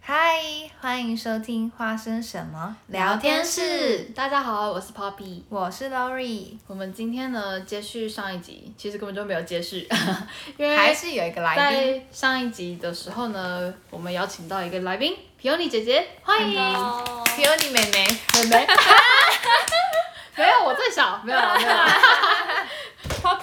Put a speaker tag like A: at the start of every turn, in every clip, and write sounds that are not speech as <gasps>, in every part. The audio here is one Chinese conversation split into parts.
A: 嗨，欢迎收听《花生什么聊天室》，
B: 大家好，我是 Poppy。
A: 我是 Lori，
B: 我们今天呢，接续上一集，其实根本就没有接续， <laughs> 因
A: 还
B: 为
A: 是有一个来宾。
B: 在上一集的时候呢，我们邀请到一个来宾，Peony 姐姐，欢迎。
A: 只有你妹妹，
B: 妹妹， <laughs> 没有，我最小，
A: <laughs>
B: 没有啦，没有啦。
A: Poppy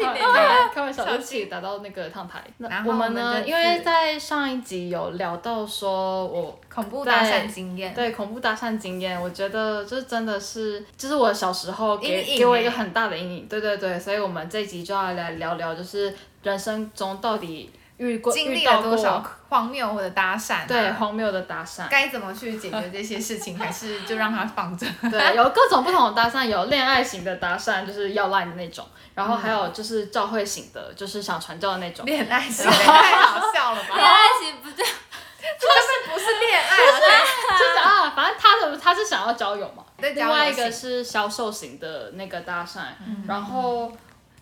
B: 开玩笑，对不起，打到那个烫台。
A: 然
B: 那
A: 后
B: 我们
A: 我们
B: 呢？
A: 的
B: 因为在上一集有聊到说，我
A: 恐怖搭
B: 在
A: 讪经验，
B: 对恐怖搭讪经验，我觉得这真的是，就是我小时候给
A: 阴影
B: 给我
A: 欸
B: 一个很大的阴影。对对对，所以我们这一集就要来聊聊，就是人生中到底遇过
A: 经
B: 遇
A: 历了
B: 到过
A: 多少荒谬或者搭讪、啊？
B: 对荒谬的搭讪。
A: 该怎么去解决这些事情，
B: <laughs>
A: 还是就让它放着？
B: 对，有各种不同的搭讪，有恋爱型的搭讪，就是要烂的那种，然后
A: 嗯
B: 还有就是教会型的，就是想传教的那种。
A: 恋爱型
B: <laughs>
A: 的太好笑了吧？
C: 爱情
A: <laughs>
C: 不对，
A: 这个不是恋爱啊，
B: 就是啊，反正他的他是想要交友
A: <laughs>
B: 嘛。
A: 对
B: 另外一
A: 交友嗯
B: 个
A: 型
B: 是销售型的那个搭讪，然后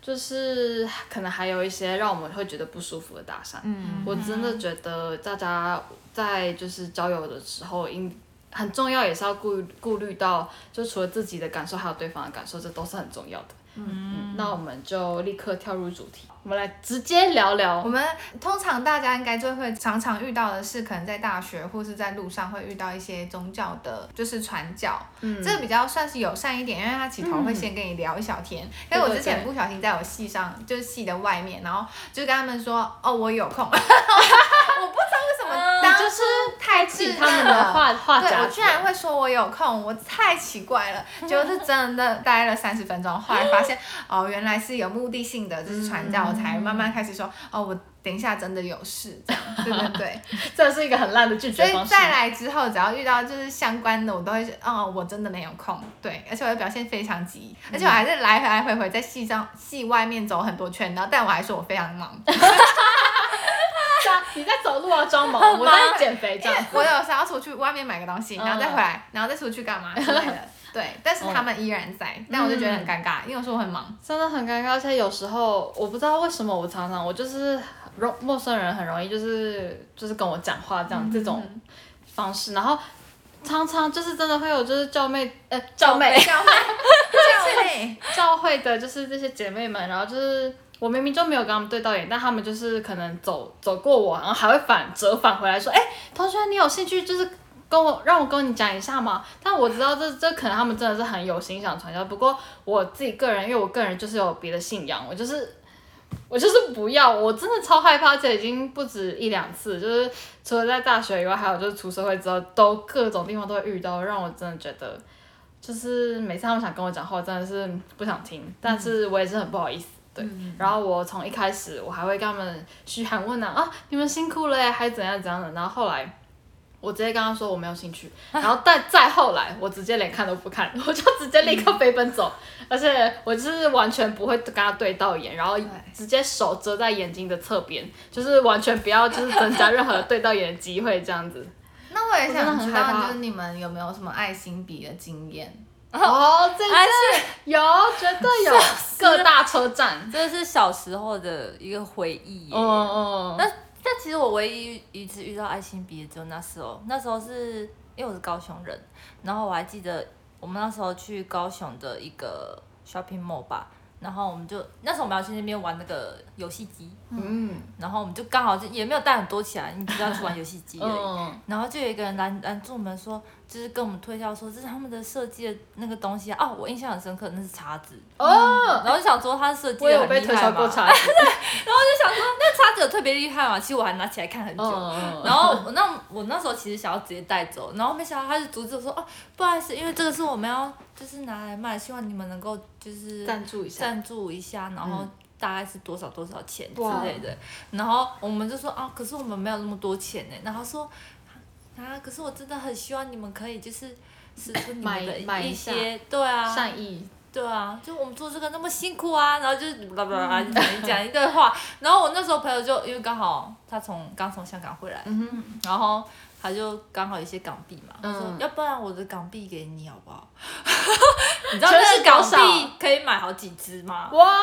B: 就是可能还有一些让我们会觉得不舒服的搭讪。
C: 嗯
B: 我真的觉得大家在就是交友的时候，应很重要，也是要顾顾虑到，就除了自己的感受，还有对方的感受，这都是很重要的。嗯，那我们就立刻跳入主题，我们来直接聊聊
A: 我们通常大家应该就会常常遇到的是，可能在大学或是在路上会遇到一些宗教的，就是传教，嗯，这个比较算是友善一点，因为他起头会先跟你聊一小天。但我之前
B: 嗯对对
A: 不小心在我系上，就是系的外面，然后就跟他们说，哦，我有
B: <laughs>
A: 空，我不知道为什么
C: 嗯
A: 当
B: 你就
A: 初太
B: 记
A: 稚
B: 他们
A: 嫩
B: 的
A: 了。
B: 话话
A: <laughs> 对，
B: 匣
A: 我
B: 子
A: 居然会说我有空，我太奇怪
B: <laughs>
A: 了。结果是真的待了三十分钟，后来发现哦，原来是有目的性的，就是传教，我才慢慢开始说哦，我等一下真的有事，这样，对对对。
B: 这是一个很烂的拒绝
A: 所
B: 方
A: 以
B: 式。
A: 再来之后，只要遇到就是相关的，我都会是哦，我真的没有空，对，而且我的表现非常急，
B: 嗯
A: 而且我还是来来回回在戏上戏外面走很多圈，然后但我还说我非常
B: <laughs>
A: 忙，
B: 是啊， <laughs> 你在走路啊，装忙，我在减肥这
A: 因为 <laughs>
B: 样子。
A: 我有时候要出去外面买个东
B: 嗯
A: 西，然后再回来，然后再出去干嘛之类
B: <laughs>
A: 的。对，但是他们依然在，但我就觉得很尴
B: 嗯
A: 尬，因为我说我很忙。
B: 真的很尴尬，而且有时候我不知道为什么，我常常我就是容陌生人很容易就是就是跟我讲话这样、这种
A: 嗯
B: 方式，然后常常就是真的会有就是教妹呃教妹
A: 教
B: <laughs>
A: 会，教会，
B: 教会的就是这些姐妹们，然后就是。我明明就没有跟他们对到眼，但他们就是可能走走过我，然后还会反折返回来说：“哎、同学，你有兴趣就是跟我让我跟你讲一下嘛。”但我知道这这可能他们真的是很有心想传教，不过我自己个人，因为我个人就是有别的信仰，我就是我就是不要，我真的超害怕，而且已经不止一两次，就是除了在大学以外，还有就是出社会之后，都各种地方都会遇到，让我真的觉得，就是每次他们想跟我讲话，我真的是不想听，但是我也是很不好意思。对，然后我从一开始我还会跟他们嘘寒问暖啊，你们辛苦了耶，还怎样怎样的。然后后来我直接跟他说我没有兴 <laughs> 趣，然后再再后来我直接连看都不看，我就直接立刻飞奔 <laughs> 走，而且我就是完全不会跟他对到眼，然后直接手遮在眼睛的侧边，就是完全不要就是增加任何对到眼的机会这样子。
A: 那我也想知
B: 我真的很害
A: 道，
B: 怕
A: 就是你们有没有什么爱心笔的经验？
B: <laughs> 哦，这
C: 还
B: 个
C: 是
B: 有绝对有各大车站。
C: 这是小时候的一个回忆耶。
B: 哦哦，
C: 那但其实我唯一一次遇到爱心笔的只有那时候，那时候是因为我是高雄人，然后我还记得我们那时候去高雄的一个 shopping mall 吧，然后我们就那时候我们要去那边玩那个游戏机，
B: 嗯
C: 然后我们就刚好就也没有带很多起来，你知道去玩游戏机而已。
B: 嗯，
C: <laughs> 然后就有一个人拦拦住我们说，就是跟我们推销说这是他们的设计的那个东西啊。哦，我印象很深刻，那是叉子。
B: 哦，
C: 然后就想说他设计
B: 我
C: 的
B: 有
C: 很
B: 被
C: 厉
B: 推
C: 害
B: 销
C: 嘛，
B: 过
C: 然后
B: 茶子。
C: 就想说那叉子有特别厉害嘛？其实我还拿起来看很久。
B: 嗯
C: 然后我那我那时候其实想要直接带走，然后没想到他就阻止我说哦，不好意思，因为这个是我们要就是拿来卖，希望你们能够就是
B: 赞助一下。
C: 赞助一下，然后大概是多少多少钱之
B: 哇
C: 类的。
B: 嗯
C: 然后我们就说啊，可是我们没有那么多钱呢。然后他说啊，可是我真的很希望你们可以就是使出你
B: 买
C: 们的
B: 买一
C: 一
B: 下
C: 些，对啊，
B: 善意，
C: 对啊，就我们做这个那么辛苦啊，然后就是叭叭叭
B: 嗯
C: 就讲一讲一堆话。然后我那时候朋友就因为刚好他从刚从香港回来，然后他就刚好有一些港币嘛，他说
B: 嗯嗯
C: 要不然我的港币给你好不好？ <laughs> 你知道
B: 全
C: 那
B: 是
C: 个港
B: 多少
C: 币可以买好几只吗？
B: 哇，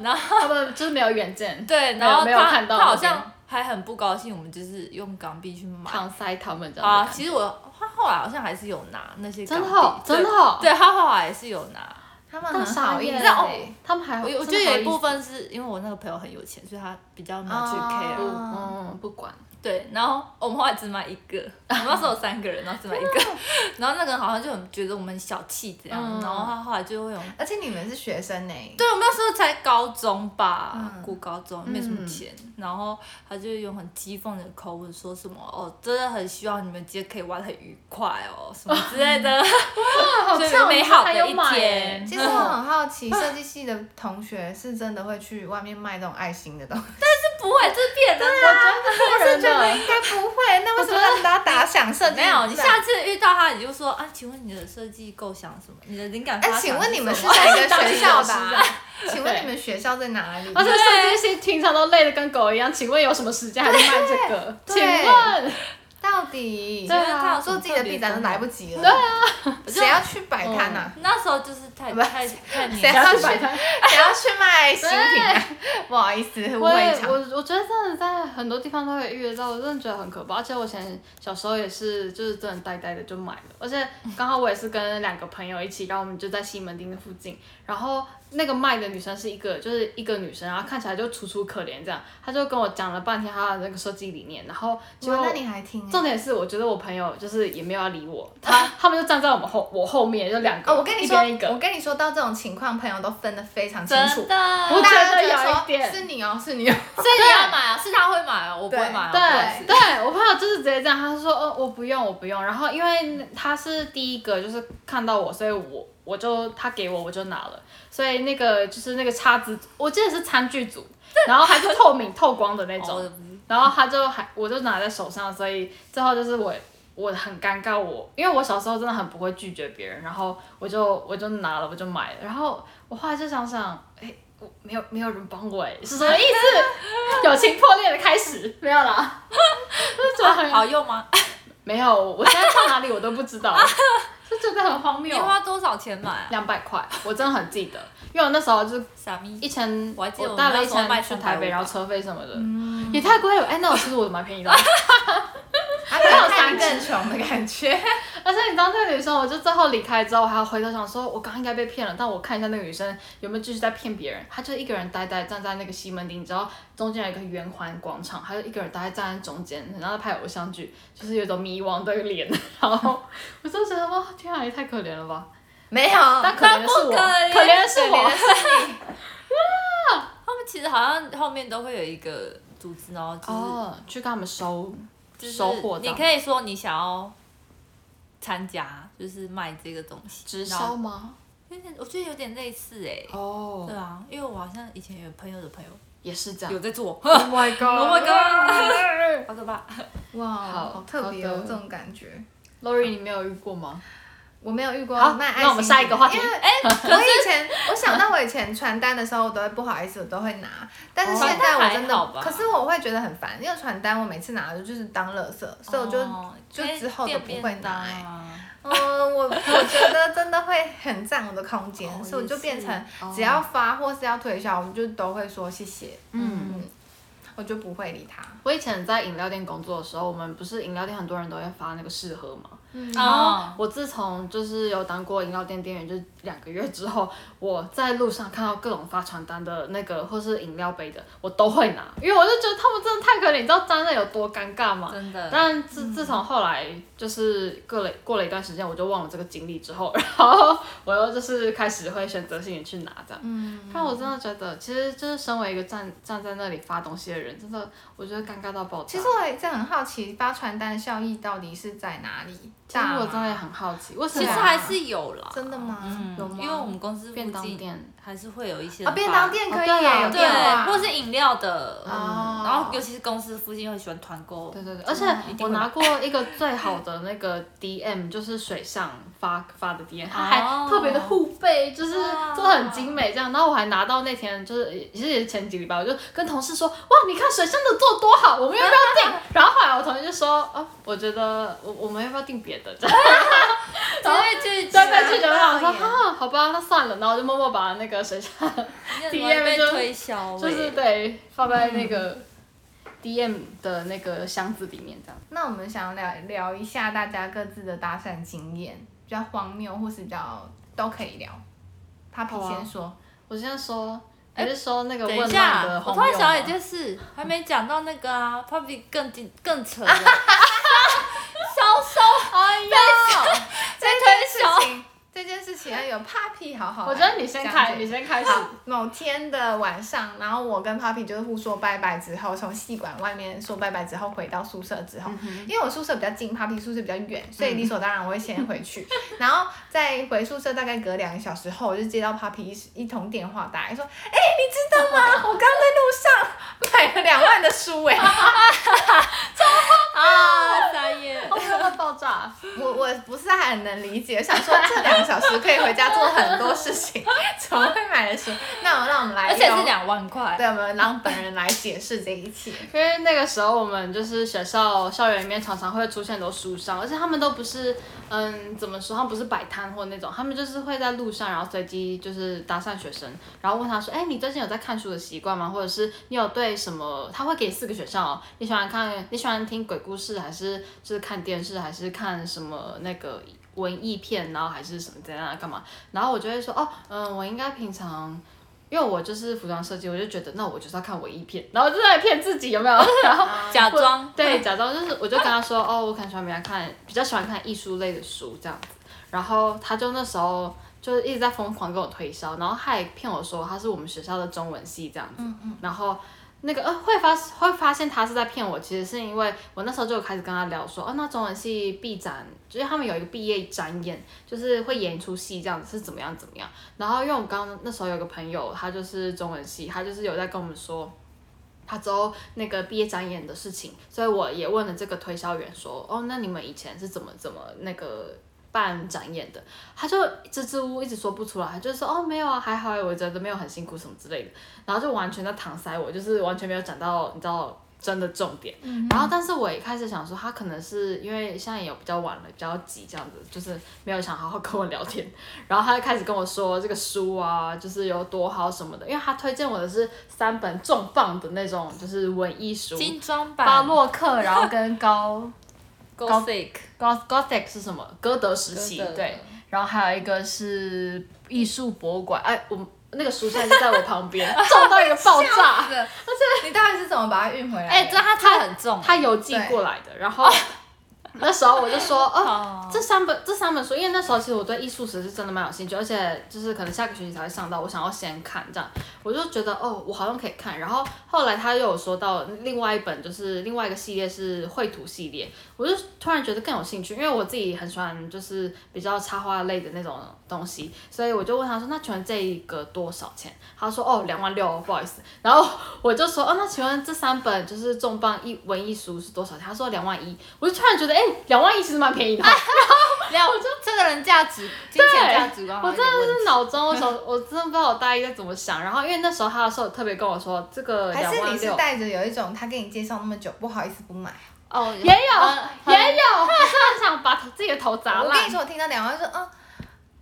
C: 然后
B: 他们就是没有远
C: <laughs>
B: 见，
C: 对，
B: 没有
C: 然后
B: 没有
C: 他
B: 看到
C: 他好
B: 那边
C: 像还很不高兴，我们就是用港币去买。
B: 搪塞他们这样
C: 啊，
B: 子看
C: 其实我他后来好像还是有拿那些港
B: 真
C: 币，
B: 的哦真的哦
C: 对，对他后来也是有拿。
A: 他们
B: 大
A: 很
B: 傻
A: 好意
B: 眼
A: 思
B: 欸
A: 欸，
B: 他们还
C: 我我觉得有一部分是因为我那个朋友很有钱，所以他比较没有去
A: 哦
C: care。
B: 真的好意思嗯嗯不管，
C: 对，然后我们后来只买一
A: <laughs>
C: 个，我们那时候有三个人，然后只买一个，
A: 哦
C: 然后那个人好像就很觉得我们很小气这样，
B: 嗯
C: 然后他后来就会用，
A: 而且你们是学生欸呢，
C: 对我们那时候才高中吧，
A: 嗯
C: 过高中没什么钱，然后他就用很讥讽的口吻说什么哦，真的很希望你们今天可以玩得很愉快哦，什么之类
A: <laughs>
C: 的，
B: 好
C: 所以
B: 像
C: 美好
B: 还
C: 的
B: 有
C: 一
B: 买
C: 天
B: 欸
A: 其实我很好奇，设计系的同学是真的会去外面卖这种爱心的东西？
C: 不会，这是骗人的。
B: 我
A: 我
B: 是
A: 是
B: 觉
A: 觉 <laughs>
B: 得
A: 得应该不会，那为什么要跟大家打响设计？
C: 没有，你下次遇到他，你就说啊，请问你的设计构想是什么？你的灵感发
A: 哎，
C: 想什
A: 请
C: 么？
A: 问你们是在一个
C: 当
A: 学
C: 你
A: 校
C: 老师
A: 吧
C: 啊？
A: <laughs> 请问你们学校在哪里？
B: 而且设计师平常都累得跟狗一样，请问有什么时间还在卖这个？
A: 对
B: 请问，
A: 到底
B: 对啊
C: 他
A: 做自己的 B 站都来不及了。
B: 对
A: 啊，谁要去摆摊啊呐？
C: 那时候就是太
A: 不
C: 太太
A: 谁
C: 年
A: 要
C: 轻
A: 去摆摊？谁要去卖新品啊？不好意思，误
B: 我
A: 会一
B: 也
A: 场。
B: 我我觉得真的在很多地方都会遇得到，我真的觉得很可怕。而且我以前小时候也是，就是真的呆呆的就买了，而且刚好我也是跟两个朋友一起，然后我们就在西门町的附近，然后那个卖的女生是一个就是一个女生，然后看起来就楚楚可怜这样，她就跟我讲了半天她的那个设计理念，然后就
A: 哇那你还听欸？
B: 重点是，我觉得我朋友就是也没有要理我，他他们就站在我们后我后面，就两个，
A: 哦，我跟你
B: 一
A: 说
B: 边一，
A: 我
B: 个，
A: 跟你说到这种情况，朋友都分得非常清楚
C: 真。
B: 我
C: 的，
A: 大家都
B: 觉得
A: 觉
B: 有一
A: 说
B: 点
A: 是你哦，是你哦。
C: 所以你要买啊，是他会买啊，我不会买啊，
B: 对
C: 我不会吃
B: 对，我朋友就是直接这样，他说哦我不用我不用，然后因为他是第一个就是看到我，所以我我就他给我我就拿了，所以那个就是那个叉子，我记得是餐具组，然后还是透明透光的那
C: 哦我
B: 种
C: 也，不是
B: 然后他就还我就拿在手上，所以最后就是我我很尴尬，我因为我小时候真的很不会拒绝别人，然后我就我就拿了我就买了，然后我后来就想想，哎，我没有没有人帮我哎，是什么意思？友情破裂的开始没有啦，就觉得很、
C: 好用吗？
B: 没有，我现在到哪里我都不知道，就觉得很荒
C: 你
B: 谬。
C: 花多少钱买啊？
B: 两百块，我真的很记得，因为我那时候就是
C: 傻 <laughs> 咪
B: 一千，
C: 我还记得我
B: 带
C: 们
B: 了
C: 那
B: 一
C: 时候卖
B: 千去台北，然后车费什么的，
A: 嗯，
B: 也太贵了。哎，那我其实我蛮便宜的。
A: 他可能看
B: 还有三
A: 你
B: 个
A: 更穷的感觉。
B: 而且你知道那个女生，我就最后离开之后，我还要回头想说，我刚刚应该被骗了，但我看一下那个女生有没有继续在骗别人。她就一个人呆呆站在那个西门町，你知道中间有一个圆环广场，她就一个人呆呆站在中间，然后在拍偶像剧，就是有一种迷惘的脸。然后我 <laughs> 就觉得哇，天啊，也太可怜了吧！
A: 没有，
B: 但可怜的是我，
C: 当然
B: 哦
C: 不
B: 可
C: 可怜
B: 怜的 <laughs> 是
A: 可怜的
B: 我。
C: 他们其实好像后面都会有一个组织，然后就是
B: 哦，去跟他们收
C: 就是
B: 收获这
C: 你
B: 样，
C: 可以说你想要参加，就是卖这个东西，
B: 直
C: 然后
B: 销吗？
C: 有点，我觉得有点类似哎、欸。
B: 哦
C: 对，啊，因为我好像以前有朋友的朋友
B: 也是这
C: 有
B: 样。
C: 在做，
A: Oh my
C: Oh my
A: god！
C: 好可怕。
A: 哇，
B: 好
A: 好特别
B: 好
A: 哦
B: 的，
A: 这种感觉。
B: Lori，你没有遇过吗？
A: 我没有遇过
B: 好
A: 卖爱心的，
B: 那我们下一个话题
A: 因为哎，我以前我想到我以前传单的时候，我都会不好意思，我都会拿。但是
B: 哦
A: 现在我真
C: 传单还好
A: 的，
C: 吧
A: 可是我会觉得很烦，因为传单我每次拿的就是当垃圾，所以我就
C: 哦
A: 就
C: 可以
A: 之后都
C: 变
A: 不会
C: 便当
A: 拿欸
C: 啊
A: <laughs> 嗯，我我觉得真的会很占我的空间
C: 哦，
A: 所以我就变
C: 也
A: 成
B: 哦
A: 只要发或是要推销，我就都会说谢谢，
B: 嗯
A: 嗯，我就不会理他。
B: 我以前在饮料店工作的时候，我们不是饮料店很多人都会发那个试喝嘛。
A: 嗯
B: 然后
C: 哦
B: 我自从就是有当过饮料店店员，就两个月之后，我在路上看到各种发传单的那个或是饮料杯的，我都会拿，因为我就觉得他们真的太可怜，你知道站在有多尴尬吗？
C: 真的。嗯
B: 但自自从后来就是过了过了一段时间，我就忘了这个经历之后， <laughs> 然后我又就是开始会选择性的去拿这样。嗯，但我真的觉得，其实就是身为一个站站在那里发东西的人，真的我觉得尴尬到爆炸。
A: 其实我一直欸很好奇，发传单的效益到底是在哪里？
B: 其实
A: 大
B: 我
A: 吗
B: 真的也很好奇，为什
C: 其
B: 么
C: 实还是有啦，
A: 真的吗
C: 嗯
B: 有吗
C: 因为我们公司附
B: 便当
C: 近
B: 店
C: 还是会有一些
A: 啊，
C: 人
A: 便
C: 发
A: 当店
B: 哦
A: 可以
B: 对啊
A: 耶，有
C: 对
A: 电话，，
C: 或是饮料的，
A: 哦
C: 嗯，然后尤其是公司附近会喜欢团购
B: 对，对对，而且
C: 一定
B: 我
C: 会
B: 拿过一个最好的那个 <laughs> DM，就是水上发发的 DM，他还特别的护背，就是
C: 哦哇
B: 做的很精美这样。然后我还拿到那天就是也其实也是前几个礼拜，我就跟同事说，哇，你看水象的做多好，我们要不要
C: <laughs>
B: 订？然后后来我同事就说，哦，我觉得我我们要不要订别
C: <laughs>
B: 的？这样，
C: 然后就
B: 再被拒绝了。我说
C: 哈，
B: 啊，好吧，那算了。然后我就默默把那个水象
C: 体
B: DM
C: 验被
B: 就
C: 推销，欸
B: 就是对放在那个 DM 的那个箱子里面这样。
A: 那我们想聊聊一下大家各自的搭讪经验，比较荒谬或是比较都可以聊。Papi
B: 好啊
A: 先说，
B: 我现在说，还是说那个
C: 哎等
B: 问
C: 一
B: 浪
C: 下
B: 的，
C: 我
B: 荒
C: 突
B: 谬
C: 然想到一
B: 吗
C: 件事，还没讲到那个啊，Papi 更精更扯了，销售，哎呀，
A: 这件事情，这件事情要有 Papi 好好来
B: 我
A: 讲
B: 觉
A: 解。
B: 得你先开，你先开始。
A: 某天的晚上，然后我跟 Papi 就是互说拜拜之后，从戏馆外面说拜拜之后，回到宿舍之
B: 嗯
A: 后，因为我宿舍比较近，Papi 宿舍比较远，所以理所当然我会先回
B: <laughs>
A: 去。然后在回宿舍大概隔两个小时后，我就接到 Papi 一一通电话打来说：“哎、你知道吗？我刚在路上买了两万的书哎、
C: <laughs> 啊，傻眼，
B: 哦那 <laughs> 个爆炸，
A: 我我不是很能理解，想说这两个小时可以回家做很多事情， <laughs> 怎么会买了书？那我让我们来，
C: 而且是，两万块，
A: 对，我们让本人来解释这一切。
B: 因为那个时候我们就是嗯学校校园里面常常会出现很多书商，而且他们都不是，嗯，怎么说，他们不是摆摊或那种，他们就是会在路上，然后随机就是搭讪学生，然后问他说，哎，你最近有在看书的习惯吗？或者是你有对什么？他会给四个选项哦，你喜欢看，你喜欢听鬼故事，还是就是看电视，还是看什么那个文艺片，然后还是什么怎样啊干嘛？然后我就会说，哦，嗯，我应该平常。因为我就是服装设计，我就觉得那我就是要看文艺片，然后就在骗自己有没有？然后
C: 假装，
B: 对，假装就是，我就跟他说，哦，我可能喜欢比较看，比较喜欢看艺术类的书这样子。然后他就那时候就是一直在疯狂跟我推销，然后他也骗我说他是我们学校的中文系这样子。
C: 嗯
B: 然后那个呃，会发会发现他是在骗我，其实是因为我那时候就有开始跟他聊说，哦，那中文系毕展，就是他们有一个毕业展演，就是会演一出戏这样子是怎么样怎么样。然后因为我刚刚那时候有个朋友，他就是中文系，他就是有在跟我们说。他之后那个毕业展演的事情，所以我也问了这个推销员说，哦，那你们以前是怎么怎么那个办展演的？他就支支吾吾一直说不出来，他就说哦没有啊，还好欸，我觉得没有很辛苦什么之类的，然后就完全在搪塞我，就是完全没有讲到你知道真的重点。然后但是我一开始想说他可能是因为现在也有比较晚了，比较急这样子，就是没有想好好跟我聊天。然后他就开始跟我说这个书啊，就是有多好什么的，因为他推荐我的是三本重磅的那种，就是文艺书，
C: 精装
B: 巴
C: 版
B: 洛克，然后跟高
C: ，Go Sick，
B: Goth Gothic 是什么？歌德时期
C: 歌德
B: 对，然后还有一个是艺术博物馆，哎，我那个书现在就在我旁边， <laughs> 重到一个
C: <laughs>
B: 爆炸，
A: 的，而且你到底是怎么把它运回来的？
C: 哎，这他菜很重，
B: 他邮寄过来的，然后。那时候我就说，哦
C: 哦，
B: 这三本这三本书，因为那时候其实我对艺术史是真的蛮有兴趣，而且就是可能下个学期才会上到，我想要先看这样，我就觉得哦，我好像可以看。然后后来他又有说到另外一本，就是另外一个系列是绘图系列，我就突然觉得更有兴趣，因为我自己很喜欢就是比较插画类的那种东西，所以我就问他说，那请问这一个多少钱？他说哦，两万六，不好意思。然后我就说，哦，那请问这三本就是重磅一文艺书是多少钱？他说两万一，我就突然觉得，哎，两万一其实蛮便宜的。
C: 聊，我就这个人价值，金钱价值观好
B: 我
C: 像
B: 真的
C: 有点问
B: 是
C: 题，
B: 脑中，我想， <laughs> 我真的不知道我大一在怎么想。然后因为那时候他的时候特别跟我说，这个
A: 还
B: 两
A: 是你
B: 万
A: 是
B: 六
A: 带着有一种他跟你介绍那么久，不好意思不买。
C: 哦，
B: 也有
C: 很很
B: 也有，我真的想把自己的头砸
A: 我跟
B: 烂
A: 你。说，我听到两万说，嗯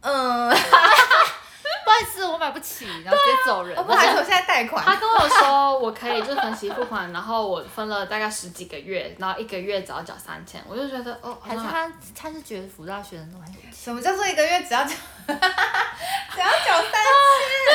A: 嗯，
C: 不好意思，我买不起，然后直接走人。
A: 我不好意思，我现在贷
B: 他
A: 款。
B: 跟我说我可以就是分期付款，然后我分了大概十几个月，然后一个月只要缴三千，我就觉得哦，
C: 还是
B: 好像
C: 他他是觉得福大学生都很有钱，
A: 什么叫做一个月只要九， <laughs> 只要九三？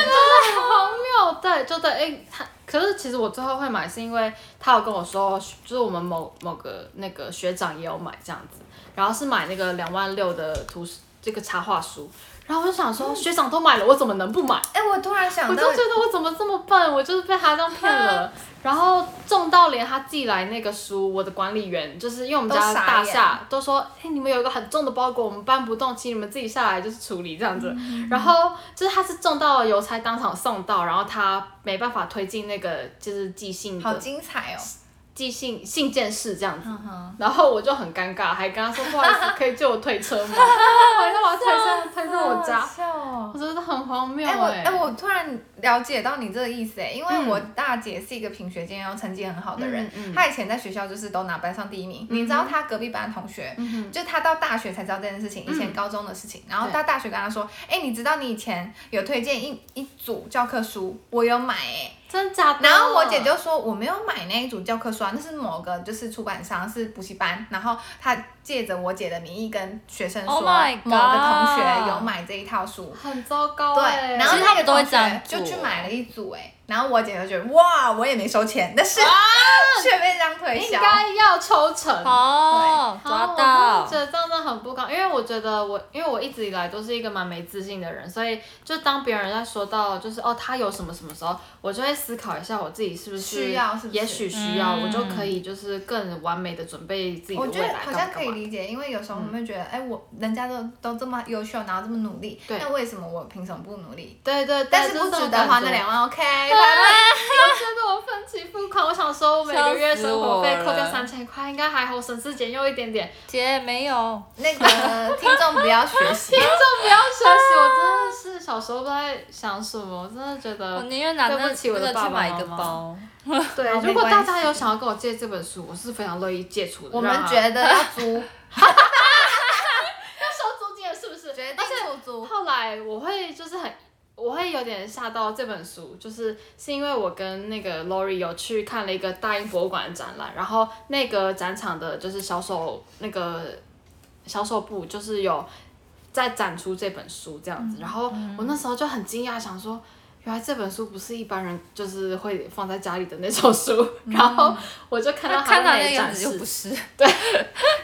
B: 荒谬，对，就对，哎、他可是其实我最后会买，是因为他有跟我说，就是我们某某个那个学长也有买这样子，然后是买那个两万六的图这个插画书，然后我就想说，学长都买了，我怎么能不买？
A: 哎，我突然
B: 我
A: 想
B: 就
A: 到，
B: 觉得我怎么这么笨，我就是被他这样
A: <laughs>
B: 骗了。然后重到连他寄来那个书，我的管理员就是因为我们家
A: 都傻
B: 大
A: 眼
B: 厦都说，哎、你们有一个很重的包裹，我们搬不动，请你们自己下来就是处理这样
A: 嗯
B: 子。然后就是他是重到邮差当场送到，然后他没办法推进那个就是寄信
A: 好
B: 的
A: 精彩哦！
B: 寄信信件室这样子。
C: 嗯哼，
B: 然后我就很尴尬，还跟他说不好意思，可以借我推车吗？ <laughs> 晚上我
A: <laughs>
B: 要推车，推车我家，我真的很荒谬
A: 哎、我
B: 哎、
A: 哎、我突然了解到你这个意思哎、因为
B: 嗯
A: 我大姐是一个品学兼优、成绩很好的人，
B: 嗯嗯
A: 她以前在学校就是都拿班上第一名。你知道她隔壁班同学，
B: 嗯
A: 就她到大学才知道这件事情，以前高中的事情。然后到大学跟她说，哎、你知道你以前有推荐一一组教科书，我有买哎、
B: 真假的？
A: 然后我姐就说我没有买那一组教科书啊，那是某个就是出版商是补习班，然后她借着我姐的名义跟学生说
C: Oh my
A: 某个同学
C: God
A: 有买这一套书，
B: 很糟糕哎、
A: 对，然后
C: 其实
A: 那
C: 他
A: 个
C: 们都会
A: 同
C: 这样
A: 学就
C: 做
A: 去买了一组哎、然后我姐就觉得哇，我也没收钱，但
C: 啊
A: 是 <laughs> 却被这样推
B: 应
A: 销。
B: 该要抽成。
C: 哦，抓
B: 啊我
C: 到
B: 真的觉，得这样真的很不公，因为我觉得我，因为我一直以来都是一个蛮没自信的人，所以就当别人在说到就是哦他有什么什么时候，我就会思考一下我自己是不是
A: 需要是不是
B: 也许需要，
C: 嗯
B: 我就可以就是更完美的准备自己的
A: 我
B: 未来
A: 觉得好
B: 干
A: 像
B: 嘛
A: 可以
B: 干嘛
A: 理解，因为有时候
C: 嗯
A: 我们会觉得，哎、我人家都都这么优秀，然后这么努力，
B: 对
A: 那为什么我凭什么不努力？
B: 对对对，
A: 但是
B: 就
A: 不
B: 这种
A: 值得花
B: 感
A: 那
B: <laughs> 觉
A: 两万，OK？
B: 我觉得我分期付款，我想说，我每个月生活费 <laughs> 扣掉
C: 笑
B: 三千块，应该还好，省吃俭用一点点。
C: 姐没有，
A: 那个听众不要学习
B: 听，众不要学习，我真的是小时候不知道在想什么，我真的觉
C: 我
A: 哦
B: 得
C: 宁愿拿那
B: 对
C: 那
B: 不起我
C: 个
B: 的爸
C: 去
B: 爸
C: 买一个
B: 妈妈
C: 包，
B: 对。
A: 好哦
B: 如果
A: 没关
B: 大
A: 系
B: 家有想要跟我借这本书，我是非常乐意借出的。
A: 我们
B: 让他
A: 觉得要
C: <laughs>
A: 租，
B: 要收租金了是不是？
A: 决定出租。
B: 后来我会就是很，我会有点吓到这本书，就是是因为我跟那个 Lori 有去看了一个大英博物馆的展览，然后那个展场的就是销售那个销售部就是有在展出这本书这样
C: 嗯
B: 子，然后我那时候就很惊讶，想说。原来这本书不是一般人就是会放在家里的那种书， <laughs> 然后我就看到它
C: 嗯看到
B: 在
C: 那
B: 那
C: 个
B: 里
C: 样
B: 展
C: 子就
B: 示
C: 不，是，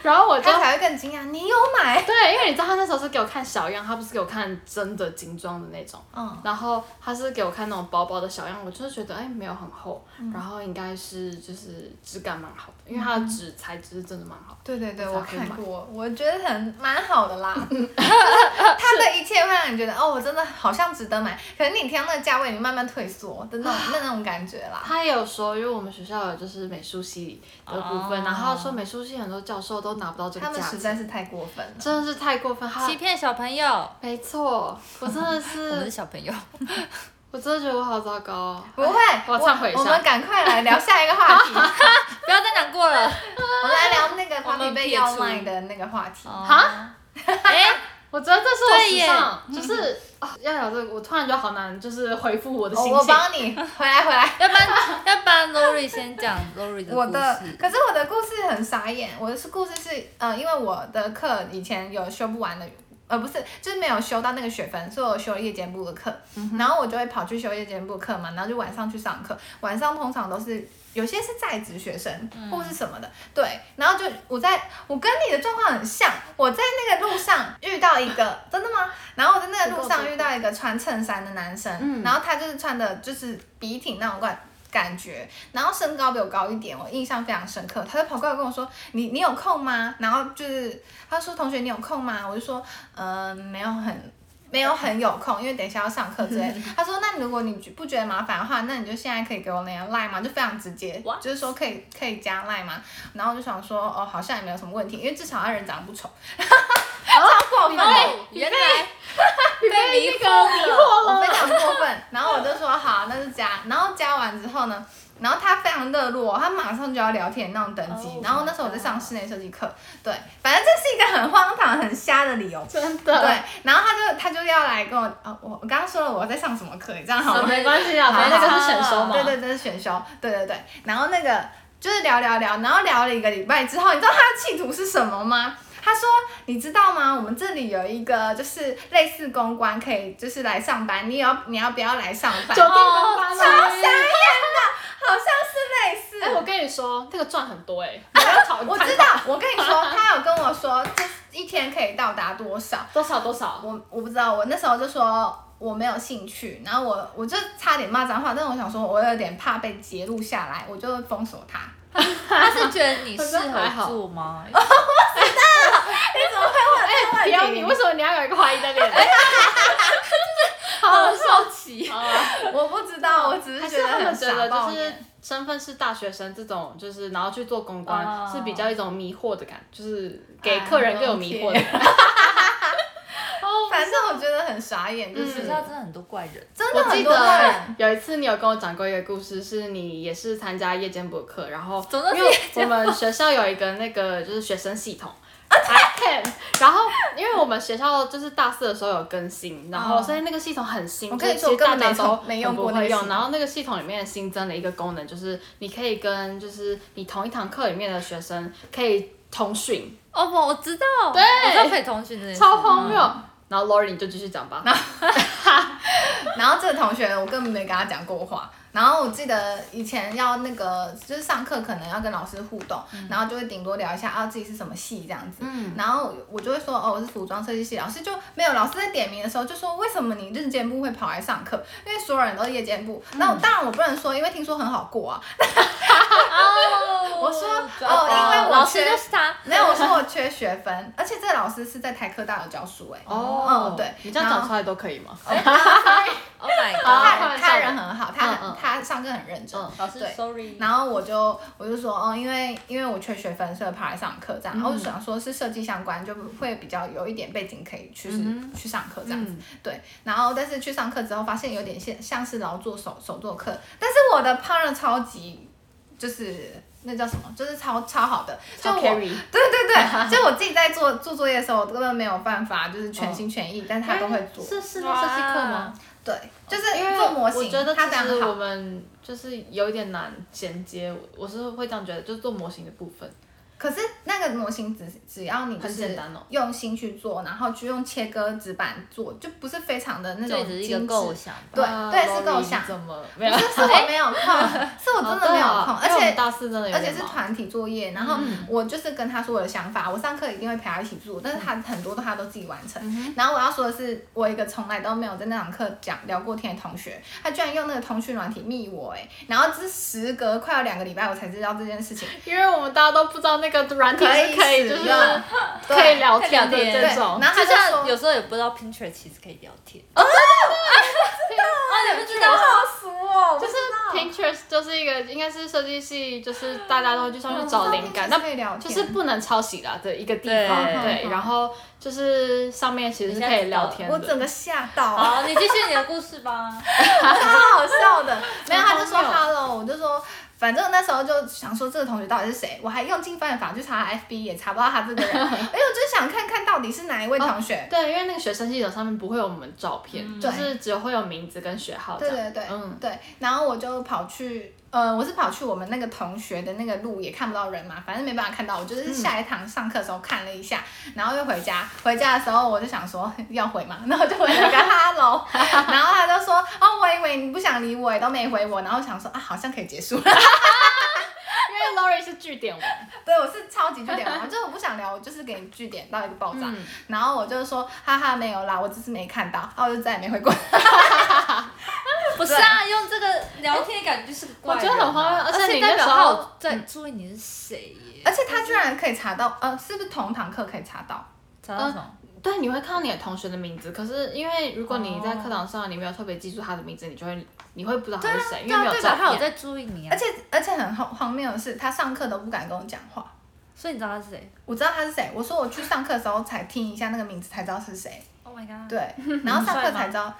B: 然后我就
A: 他才会更惊讶，你有买？
B: 对，因为你知道他那时候是给我看小样，他不是给我看真的精装的那种，
A: 嗯，
B: 然后他是给我看那种薄薄的小样，我就是觉得哎没有很厚，然后应该是就是质感蛮好的，因为它的纸材质是真的蛮好的。
A: 对对对，
B: 我
A: 我
B: 才会
A: 看
B: 买
A: 过，我觉得很蛮好的
B: <laughs>
A: 啦。就是它的一切会让你觉得，哦，我真的好像值得买。可是你听到那个价位，你慢慢退缩的那
B: 啊
A: 种那种感觉啦。
B: 他也有说，因为我们学校有就是美术系的部分，
C: 哦
B: 然后他说美术系很多教授都拿不到这个
A: 他们
B: 价
A: 实
B: 钱，
A: 在是太过分了。
B: 真的是太过分。他
C: 欺骗小朋友，
B: 没错，我真的
C: 我们是
B: 是，
C: 小朋友， <laughs>
B: 我真的觉得我好糟糕哦。
A: 不会，
B: 我要忏悔一下
A: 我们赶快来聊下一个话题。
B: <laughs>
C: 不要再难过了，
A: 我们来聊那个他
C: 我
A: 们
C: 们
A: 被
C: 撇
A: 要
C: 除
A: 卖的那个话题。
C: 哈，哎，
B: 我觉得这是我
C: 对
B: 史
C: 耶
B: 上，就是、啊要聊这个，我突然觉得好难，就是回复我的
A: 哦
B: 心情。
A: 我帮你回来回来。
C: 要不然哦要不然 Lori 先讲 Lori 的
A: 我的
C: 故事，
A: 可是我的故事很傻眼，我的是故事是，呃，因为我的课以前有修不完的，呃，不是，就是没有修到那个学分，所以我修夜间部的课，
C: 嗯
A: 然后我就会跑去修夜间部课嘛，然后就晚上去上课，晚上通常都是。有些是在职学生
C: 嗯
A: 或是什么的，对，然后就我在我跟你的状况很像，我在那个路上遇到一个，真的吗？然后我在那个路
B: 不够不
A: 上
B: 够
A: 遇到一个穿衬衫的男生，
B: 嗯
A: 然后他就是穿的就是笔挺那种感感觉，然后身高比我高一点，我印象非常深刻。他就跑过来跟我说：“你你有空吗？”然后就是他说：“同学，你有空吗？”我就说：“嗯、没有很没有很有空，因为等一下要上课之类的。”他说：“那如果你不觉得麻烦的话，那你就现在可以给我那个 line 吗？就非常直接
C: What？
A: 就是说可以可以加 line 吗？”然后我就想说：“哦，好像也没有什么问题，因为至少他人长得不 <laughs> 丑。”
B: 过分
C: 哦，原来被迷惑了，
A: 我非常过分。然后我就说好，那就加。然后加完之后呢，然后他非常热络，他马上就要聊天那种等级。
C: Oh
A: 然后那时候我在上室内设计课，对，反正这是一个很荒唐、很瞎的理由。
B: 真
A: 对
B: 的，，
A: 然后他就他就要来跟我，哦，我我刚刚说了我在上什么课，这样好
B: 啊
A: 吗？
B: 没关系啊，
A: 好
B: 反正那个是选修嘛。
A: 对对对，选修，对对对。然后那个就是聊聊聊，然后聊了一个礼拜之后，你知道他的企图是什么吗？他说：“你知道吗？我们这里有一个就是类似公关，可以就是来上班。你要你要不要来上班？
B: 酒店
A: 好
B: 公关嘛。
A: 像是类似。
B: 哎，我跟你说，那个赚很多哎，不要吵，
A: 我知道，我跟你说，他有跟我说这一天可以到达多少。
B: 多少多少。
A: 我我不知道，我那时候就说我没有兴趣，然后我我就差点骂脏话，但我想说我有点怕被揭露下来，我就封锁他。
C: 他是觉得你适
B: 我觉得还
C: 合
B: 好
C: 做吗？
A: 你怎么会问这个问
B: 不
A: 题
B: 要你，为什么你要有一个怀疑的脸？好好
A: 好奇，
B: 好啊
A: <laughs> 我不知道，我只
B: 还
A: 是
B: 是
A: 觉得
B: 他们
A: 很
B: 觉
A: 傻
B: 得
A: 爆
B: 就是
A: 眼。
B: 身份是大学生这种，就是然后去做公关、
C: 哦
B: 是比较一种迷惑的感觉，就是给
A: 哎
B: 客人更有迷惑的感觉。
A: 反正我觉得很傻眼，就
C: 学
B: 嗯
A: 是
C: 校真的很多怪人，
A: 真的
B: 我
A: 很
B: 记
A: 多
B: 得
A: 人，
B: 有一次你有跟我讲过一个故事，是你也是参加夜间部的课，然后
C: 总都是
B: 因为我们学校有一个那个就是学生系统。I
A: 啊
B: can，然后因为我们学校就是大四的时候有更新，然后
A: 哦
B: 所以那个系统很新，
A: 我跟你
B: 就是
A: 说
B: 其实
A: 我
B: 大
A: 根本
B: 家
A: 没
B: 都
A: 从没用
B: 很
A: 过
B: 不
A: 那
B: 会
A: 个
B: 用
A: 系。统
B: 然后那个系统里面新增了一个功能，就是你可以跟就是你同一堂课里面的学生可以通讯，
C: 哦不，我知道，
B: 对
C: 我知道陪同学的，
B: 超荒谬。
A: 嗯
B: 然后 Lori 你就继续讲吧，
A: 然后这个同学我根本没跟他讲过话。然后我记得以前要那个就是上课可能要跟老师互动，
B: 嗯
A: 然后就会顶多聊一下啊自己是什么系这样子。然后我就会说哦我是服装设计系，老师就没有老师在点名的时候就说为什么你日间部会跑来上课？因为所有人都是夜间部。
B: 嗯
A: 那我当然我不能说，因为听说很好过
B: <laughs>
A: 啊。
C: 哦
A: 我说哦
C: 抓包
A: 因为我
C: 老师
A: 缺
C: 就是他，
A: 没有，我说我缺学分，而且这个老师是在台科大有教书哎、 <laughs>
B: 哦
A: 嗯，对，
B: 你这样讲出来都可以吗？
C: ，Oh my
B: 啊
C: god，
A: 他他人很好，他很
B: 嗯嗯
A: 他上课很认真。
B: 嗯
C: 老师
A: 对
C: ，sorry，
A: 然后我就我就说，哦，因为因为我缺学分，所以跑来上课
B: 嗯
A: 这样。然后我就想说是设计相关，就会比较有一点背景可以去、
B: 嗯
A: 去上课这样子。对，然后但是去上课之后，发现有点像像是劳作手手作课，但是我的 partner 超级就是那叫什么，就是超超好的，就
B: 超
A: 我
B: carry，
A: 对对
B: <laughs>
A: 对，就我自己在做做作业的时候，我根本没有办法就是全心全意，但是他都会做。
B: 嗯哎是室内设计课吗？
A: 对，就是
B: 哦因为
A: 做模型，
B: 我觉得
A: 他
B: 其
A: 非常
B: 实我
A: 好。
B: 们就是有一点难衔接，我我是会这样觉得，就是做模型的部分。
A: 可是那个模型只只要你就
B: 很简
A: 是
B: 单哦
A: 用心去做，然后去用切割纸板做，就不是非常的那
C: 这
A: 种
C: 只是一个
A: 精致。
C: 构想吧，
A: 对
B: 啊
A: 对是
B: Lori，
A: 构想
B: 你怎么没
A: 不
B: 有？
A: 是是我没有空，是我真的没有空，而
B: 哎哦对啊因为我们
A: 且
B: 大四真的有
A: 而且
B: 点
A: 是
B: 忙嗯
A: 团体作业，然后我就是跟他说我的想法，我上课一定会陪他一起做，但是他
B: 嗯
A: 很多都他都自己完成。然后我要说的是，我一个从来都没有在那堂课讲聊过天的同学，他居然用那个通讯软体密我哎、然后是时隔快要两个礼拜我才知道这件事情，
B: 因为我们大家都不知道那个软体
A: <laughs> 可
B: 是
A: 以
B: 可以
A: 使
B: 就是
A: 用
B: 可以聊天的
C: 可以聊
B: 这
C: 天
B: 种
A: 对，然后他就
C: 就
A: 说
C: 像有时候也不知道 Pinterest 其实可以聊天， <laughs>
B: 哦，你们
C: 知道
A: 好俗哦，
B: 就是 Pinterest 就是一个应该是设计系，就是大家都会去上面找灵感，
A: 那
B: 那
A: 可以聊天，嗯
B: 就是不能抄袭啦的一个地方，
C: 对
B: 对。然后就是上面其实是可以聊天
A: 我
B: 的，
A: 整个吓到， <laughs>
C: 好，你继续你的故事吧，
A: 超哦好笑 <laughs> 的。没有，他就说
B: 荒谬
A: hello，我就说。反正那时候就想说这个同学到底是谁，我还用尽办法去查 FB 也查不到他这个人，因为哎我就想看看到底是哪一位同学。
B: 对，因为那个学生系统上面不会有我们照片，就是只会有名字跟学号这
A: 对
B: 样。
A: 对对，
B: 嗯，
A: 对。然后我就跑去，呃，我是跑去我们那个同学的那个路，也看不到人嘛，反正没办法看到。我
B: 嗯
A: 就是下一堂上课的时候看了一下，然后又回家。回家的时候我就想说嗯要回嘛，然后我就回了个 hello，然 <laughs> 后他就说，哦，我以为你不想理我，也都没回我。然后我想说啊，好像可以结束了。 <laughs>
B: 因为 Lori 是据点王，
A: 对，我是超级据点王，就是我不想聊，我就是给你据点到一个爆炸。
B: 嗯
A: 然后我就说，哈哈，没有啦，我只是没看到，然后我就再也没回过。
C: <laughs>
A: <laughs>
C: 不是啊，用这个聊天感觉就是个怪
B: 我
C: 人
B: 觉
C: 啊，
B: 得很荒谬，而
C: 而且
B: 且你
C: 代
B: 那
C: 表
B: 时
C: 他
B: 候
C: 有在注意你是谁耶，
A: 而且他居然可以查到，呃，是不是同堂课可以查到？
C: 查到什么？
B: 对，你会看到你的同学的名字，可是因为如果你在
A: 哦
B: 课堂上你没有特别记住他的名字，你就会你会不知道他是谁，因
C: 对
B: 为没有
C: 啊，代
B: 照
C: 表他有
B: 片。
C: 在注意你啊，
A: 而且而且很荒荒谬的是，他上课都不敢跟我讲话。
C: 所以你知道他是谁
A: 我知道他是谁，我说我去上课的时候才听一下那个名字才知道是谁，
C: ？Oh my
B: <laughs>
C: god，
A: 对，啊然后上课才知道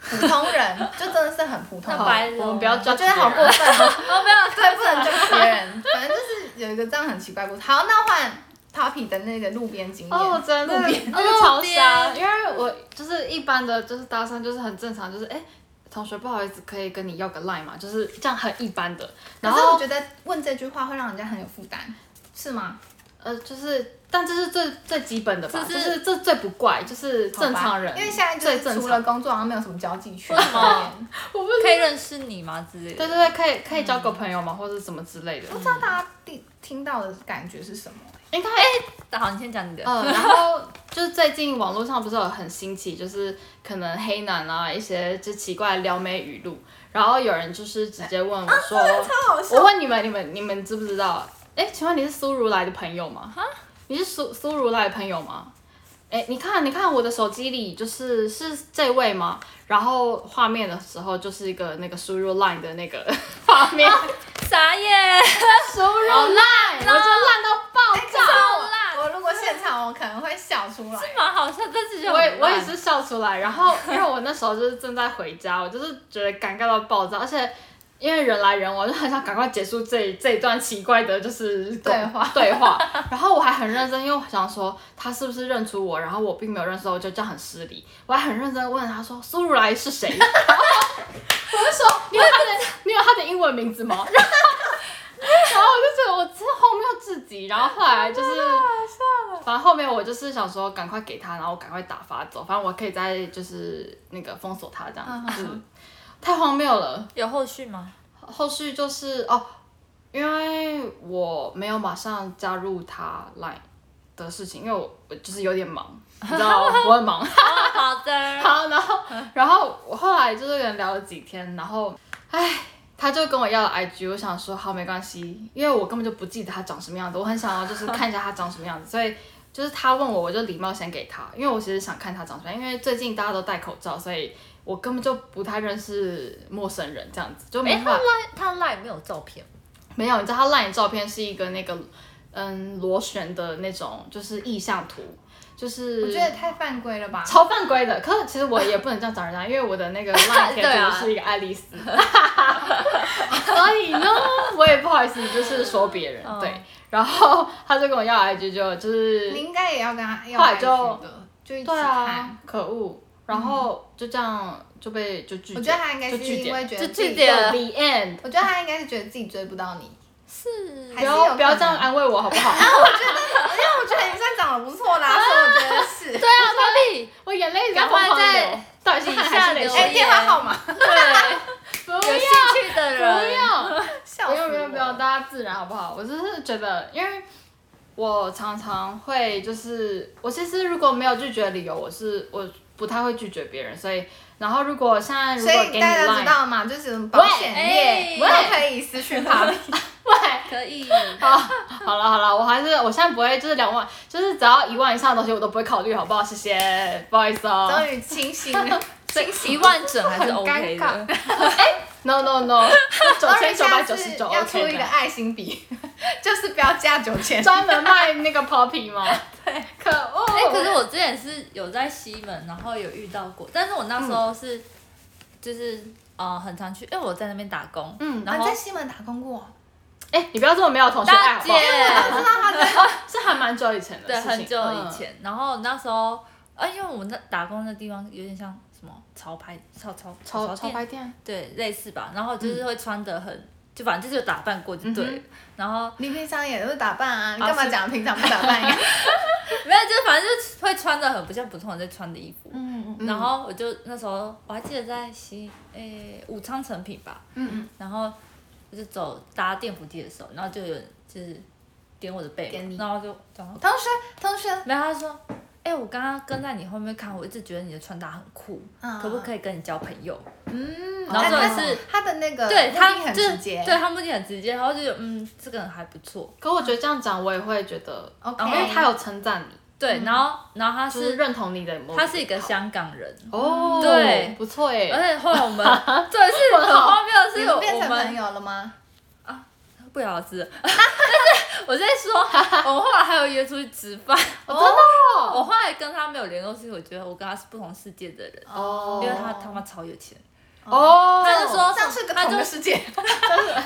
A: 普通人，就真的是很普通
C: 那
A: 人，
C: 白
B: 我们不要
A: 我
B: 抓，
A: 觉得好过分哦，
C: 哦，没有，
A: 对，不能就别人，反正就是有一个这样很奇怪的故事。好，那换 Papi 的那个路边经验，
B: 哦，我真的
A: 路边 <laughs>
B: 那个
A: 哦
B: 超瞎，
C: 路边
B: 因为我就是一般的，就是搭讪就是很正常，就是哎、同学不好意思，可以跟你要个 line 嘛，就是这样很一般的。然
A: 可是我
B: 后
A: 觉得问这句话会让人家很有负担，是吗？
B: 呃，就是但这是最最基本的吧，
C: 这
B: 就是是这最不怪，就是正常人，
A: 因为现在
B: 最
A: 就是
B: 正
A: 除了
B: 常。
A: 工作，好像没有什么交际
B: <laughs>
A: 圈。
B: 我不
C: 可以认识你吗之类
B: 对对
C: 的？
B: 对，可以可以交个朋友嘛，或者什么之类的。
A: 嗯不知道哎大家第听到的感觉是什么？
B: 应该
C: 好，你先讲你的。
B: 嗯，然后就是最近网络上不是有很新奇，就是可能黑男啊一些就奇怪的撩妹语录，然后有人就是直接问我说，
A: 啊好
B: 我问你们，你们你们知不知道？哎，请问你是苏如来的朋友吗？哈，你是苏苏如来的朋友吗？哎，你看，你看我的手机里就是是这位吗？然后画面的时候就是一个那个输入 Line 的那个 <laughs> 画面，
C: 傻眼，
B: 输入 Line，我就烂到爆炸。
C: 超烂，
A: 我如果现场，我可能会笑出来。
C: 蛮好笑，但是就
B: 我也
C: 很
B: 我
C: 烂
B: 也是笑出来，然后因为我那时候就是正在回家，我就是觉得尴尬到爆炸，而且因为人来人往，我就很想赶快结束这一这一段奇怪的，就是
A: 对话
B: <laughs> 对话。然后我还很认真，因为我想说他是不是认出我，然后我并没有认识，我就这样很失礼。我还很认真问他说苏如来是谁，然后我就说 <laughs> 你有他的你有他的英文名字吗？然后然后我就觉得我真的荒谬至极，然后后来就是。反正后面我就是想说，赶快给他，然后赶快打发走。反正我可以再就是那个封锁他这样子，
A: 嗯
B: 太荒谬了。
C: 有后续吗？
B: 后续就是哦，因为我没有马上加入他 Line 的事情，因为我我就是有点忙，你知道我很
C: <laughs>
B: 忙。
C: 哦， <laughs> 好的，
B: 好，然后然后我后来就是跟人聊了几天，然后唉，他就跟我要了 IG，我想说好没关系，因为我根本就不记得他长什么样子，我很想要就是看一下他长什么样子，所以就是他问我，我就礼貌先给他，因为我其实想看他长什么样，因为最近大家都戴口罩，所以我根本就不太认识陌生人这样子，就没
C: 哎，
B: 办法
C: 他。赖他赖没有照片，
B: 没有，你知道他 LINE 的照片是一个那个嗯螺旋的那种，就是意向图，就是
A: 我觉得太犯规了吧？
B: 超犯规的。可是其实我也不能这样讲人家，因为我的
A: <laughs>
B: 那个 LINE 贴
C: 对啊
B: 图是一个爱丽丝，
A: 啊
B: <laughs> 所以呢，我也不好意思就是说别人、
A: 哦
B: 对。然后他就跟我要 IG，就就是
A: 你应该也要跟他要
B: 后来就
A: IG 的，就一起
B: 对
A: 看。
B: 啊，可恶。然后就这样就被就拒绝，
A: 我觉得他应该
B: 就是拒
A: 因
B: 绝
A: 为觉得
C: 就
A: 自己
C: 拒绝了
B: The end，
A: 我觉得他应该是觉得自己追不到你，
C: 是
A: 还是
B: 不
A: 有
B: 要不要
A: 可
B: 这样
A: 能
B: 安慰我好不
A: <laughs>
B: 好？
A: 因为我觉得你算长得不错啦，所以我觉得
B: <laughs>
A: 是。
C: 对啊，芭比，
B: 我眼泪
C: 赶快在
B: 到底是汗还是泪
C: 底
A: 哎、
C: 下
B: 水？
A: 电话号码，
B: 不要
C: 有兴趣的
B: 不
A: <laughs>
C: 人，
B: 要，
A: 笑死
B: 不用
A: 我！
B: 不用不用，大家自然好不好？我只是觉得，因为我常常会就是，我其实如果没有拒绝的理由，我是我不太会拒绝别人，所以然后如果现在如
A: 所
B: 果给
A: 以
B: 你
A: 大家知
B: line， <laughs>
A: 道嘛，就是保险业
C: 喂
A: 都
B: 哎
A: 可以私讯他。
B: 对。
C: 可以，
B: 好，好了好了，我还是我现在不会，就是两万，就是只要一万以上的东西我都不会考虑，好不好？谢谢，不好意思
A: <laughs>
B: 哦。
A: 终于清醒
B: <laughs>
A: 了，清
C: 一
A: 醒。
C: 万整还是
A: 很
C: OK
A: 尴
C: 的，
B: No no no，九
A: <laughs>
B: 千九百九十九
A: 终于下次要出
B: OK
A: 一
B: 的
A: 个。爱心笔， <laughs> 就是不要加九千。
B: 专门卖那个 poppy 吗？对，可恶。
C: 哎、 <laughs> 可是我之前是有在西门，然后有遇到过，但是我那时候是、就是呃很常去，因为我在那边打工，
B: 嗯
C: 然
A: 你
C: 后
A: 啊在西门打工过？
B: 哎、你不要这么没有同学爱
C: 大
B: 好
C: 姐
B: 不好？ <laughs>
C: <laughs>
B: 是还蛮久以前的
C: 对
B: 事情，嗯
C: 很久以前，然后那时候啊，因为我那打工的地方有点像什么潮牌潮潮
B: 嗯，潮潮
C: 店
B: 牌店，
C: 对类似吧，然后
A: 嗯
C: 就是会穿的很，就反正就是有打扮过就对了，然后
A: 你平常也是打扮啊，你
C: 啊
A: 干嘛
C: 是
A: 讲平常不打
C: <laughs>
A: 扮呀？
C: 没有就是反正就是会穿的很不像普通人在穿的衣服，
B: 嗯
C: 然后我就那时候我还记得在西诶、武昌成品吧，
A: 嗯，
C: 然后我就走搭电扶梯的时候，然后就有人就是点我的背
A: 点
C: 嘛
A: 你，
C: 然后就讲说，
A: 同学，同学，
C: 没有他说，哎、我刚刚跟在你后面看，我一直觉得你的穿搭很酷，
A: 嗯
C: 可不可以跟你交朋友？
A: 嗯，
C: 然后
A: 哎
C: 重点
A: 他
C: 是
A: 他的那个
C: 对
A: 呃目
C: 他
A: 的很
C: 就是
A: 直接，
C: 对他目的很直接，然后就觉得嗯，这个人还不错。
B: 可我觉得这样讲，我也会觉得
A: OK
B: 因为他有称赞你，
C: 对，
A: 嗯
C: 然后然后哦他
B: 就是
C: 是
B: 认同你的某种
C: 他是一个香港人，
B: 哦，
C: 对
B: 不错哎、
C: 而且后来我
A: <laughs>
C: 们对是很荒谬
A: 你
C: 的是，
A: 们变
C: 我
A: 成朋
C: 们
A: 友了吗？
C: 不了了 <laughs> 之。但是我在
A: <laughs>
C: 说，我们后来还有约出去吃饭。
B: 哦，真的哦
C: 我后来跟他没有联络，是因为我觉得我跟他是不同世界的人，
B: 哦
C: 因为他他妈超有钱。
B: 哦，
C: 他就说
A: 像是个
C: 他
A: 同
C: 就
A: 个世界，
C: 他就说，他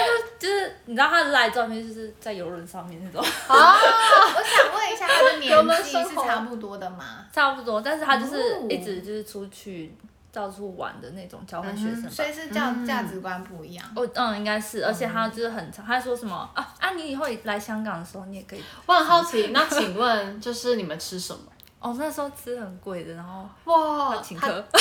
C: 就就是，你知道他的来照片就是在游轮上面那种，
A: 哦，
C: <laughs>
A: <laughs> 我想问一下，他的
B: 游
A: 年
B: 轮
A: 纪
B: 生
A: 是
B: 活
A: 差不多的吗？
C: 差不多，但是他就是
A: 哦
C: 一直就是出去到处玩的那种交换学生吧。
A: 嗯所以是教
C: 嗯
A: 价值观不一样。
C: 我嗯，应该是，而且他就是很常，他说什么啊啊，你以后来香港的时候，你也可以。
B: 我很好奇，那请问就是你们吃什么？
C: 哦，那时候吃很贵的，然后
B: 哇，
C: 请
B: 他
C: 客，
A: 他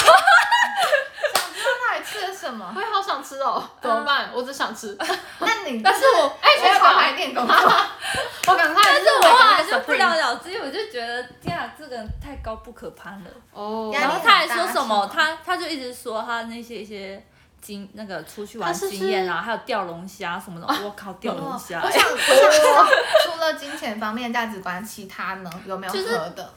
A: 到底吃了什么
B: 我？也好想吃哦，
C: 嗯
B: 怎么办？我只想
C: <laughs>
B: 吃，
A: 那你
B: 但是我哎，
A: 我要
B: 学
A: 跑
B: 长，
A: 海店工作，
B: 我赶快，但
C: 但是我后来
B: 是
C: 就不了了之，因为我就觉得天啊，这个人太高不可攀了。
B: 哦，
A: 压力
C: 然后
A: 很
C: 他还
A: 大
C: 说
A: 是
C: 什么？
A: 吗
C: 他他就一直说他那些一些经那个出去玩
B: 他是
C: 经验啊，还有钓龙虾什么的。我靠，钓
B: <laughs>
C: 龙
A: 哦
C: 虾！
A: 我想，我想 <laughs> 说，除了金钱方面价值观，其他呢有没有
C: 就是
A: 合的？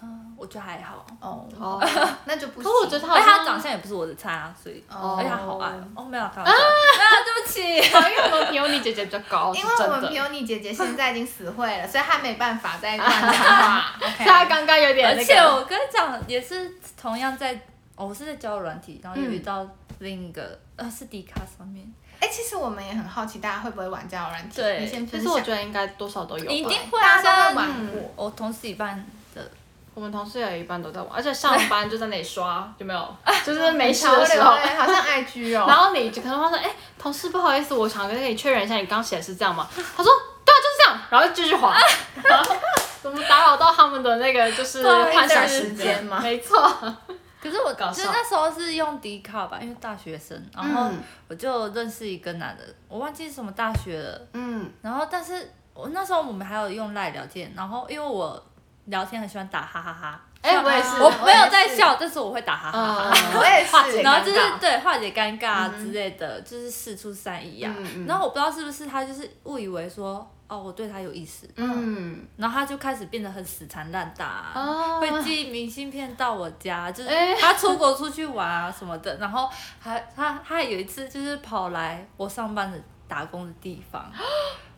C: 嗯我觉得还好。
A: 哦，
B: 哦，
A: 那就不行。
B: 可我觉得他好
C: 而且他
B: 像
C: 长相也不是我的菜啊，所以
A: 哦
C: 而且他好矮哦，没有开玩笑，没有对不起。
B: 啊因为我们皮欧尼姐姐比较高，是
A: 因为
B: 真
A: 我们
B: 的。
A: 皮欧尼姐姐现在已经死会了，所以她没办法再
B: <laughs>
A: 乱讲话。
B: 所
A: OK，
B: 以她刚刚有点
C: 而
B: 那
C: 且
B: 个，
C: 我跟你讲，也是同样在，哦我是在交友软体，然后
B: 嗯
C: 也遇到另一个，呃，是迪卡上面，
A: 哎、其实我们也很好奇，大家会不会玩交友软体？
C: 对
A: 你先
B: 其
A: 分
B: 实
A: 享。
B: 我觉得应该多少都有吧。
C: 一定会
A: 大家
C: 啊，
A: 都会
C: 但
A: 玩过。
C: 我同事一半的，
B: 我们同事有一半都在玩，而且上班就在那里
C: <laughs>
B: 刷，有没有？
C: 啊
B: 就是没事
A: 潮
B: 的
A: 流
B: 时候。
A: 欸好像 IG 哦。
B: <laughs> 然后你就可能会说，哎、同事不好意思，我想跟你确认一下，你刚写的是这样吗？他说，对啊，就是这样，然后继续滑，
C: <laughs>
B: 然后我们打扰到他们的那个就是
C: 不好意思
B: 幻想
A: 时间吗
B: 没错，
C: 可是我
B: 搞
C: 就
B: 笑
C: 那时候是用迪卡吧，因为大学生，然后
B: 嗯
C: 我就认识一个男的，我忘记是什么大学了，
B: 嗯，
C: 然后但是我那时候我们还有用赖聊天，然后因为我聊天很喜欢打哈哈哈，
B: 哎、我也是，
C: 我
A: 嗯
C: 没有在
A: 是
C: 笑，但是我会打哈哈哈。
B: 嗯，
A: 我也
B: <laughs>
A: 是
B: 化解
C: 然后啊就是
B: 尴尬嗯
C: 对化解尴尬之类的，就是事出善意啊。
B: 嗯嗯
C: 然后我不知道是不是他就是误以为说哦我对他有意思，
B: 嗯，
C: 然后他就开始变得很死缠烂打、啊，
B: 哦
C: 会寄明信片到我家，就是
B: 哎
C: 他出国出去玩啊什么的。然后还他他还有一次就是跑来我上班的打工的地方，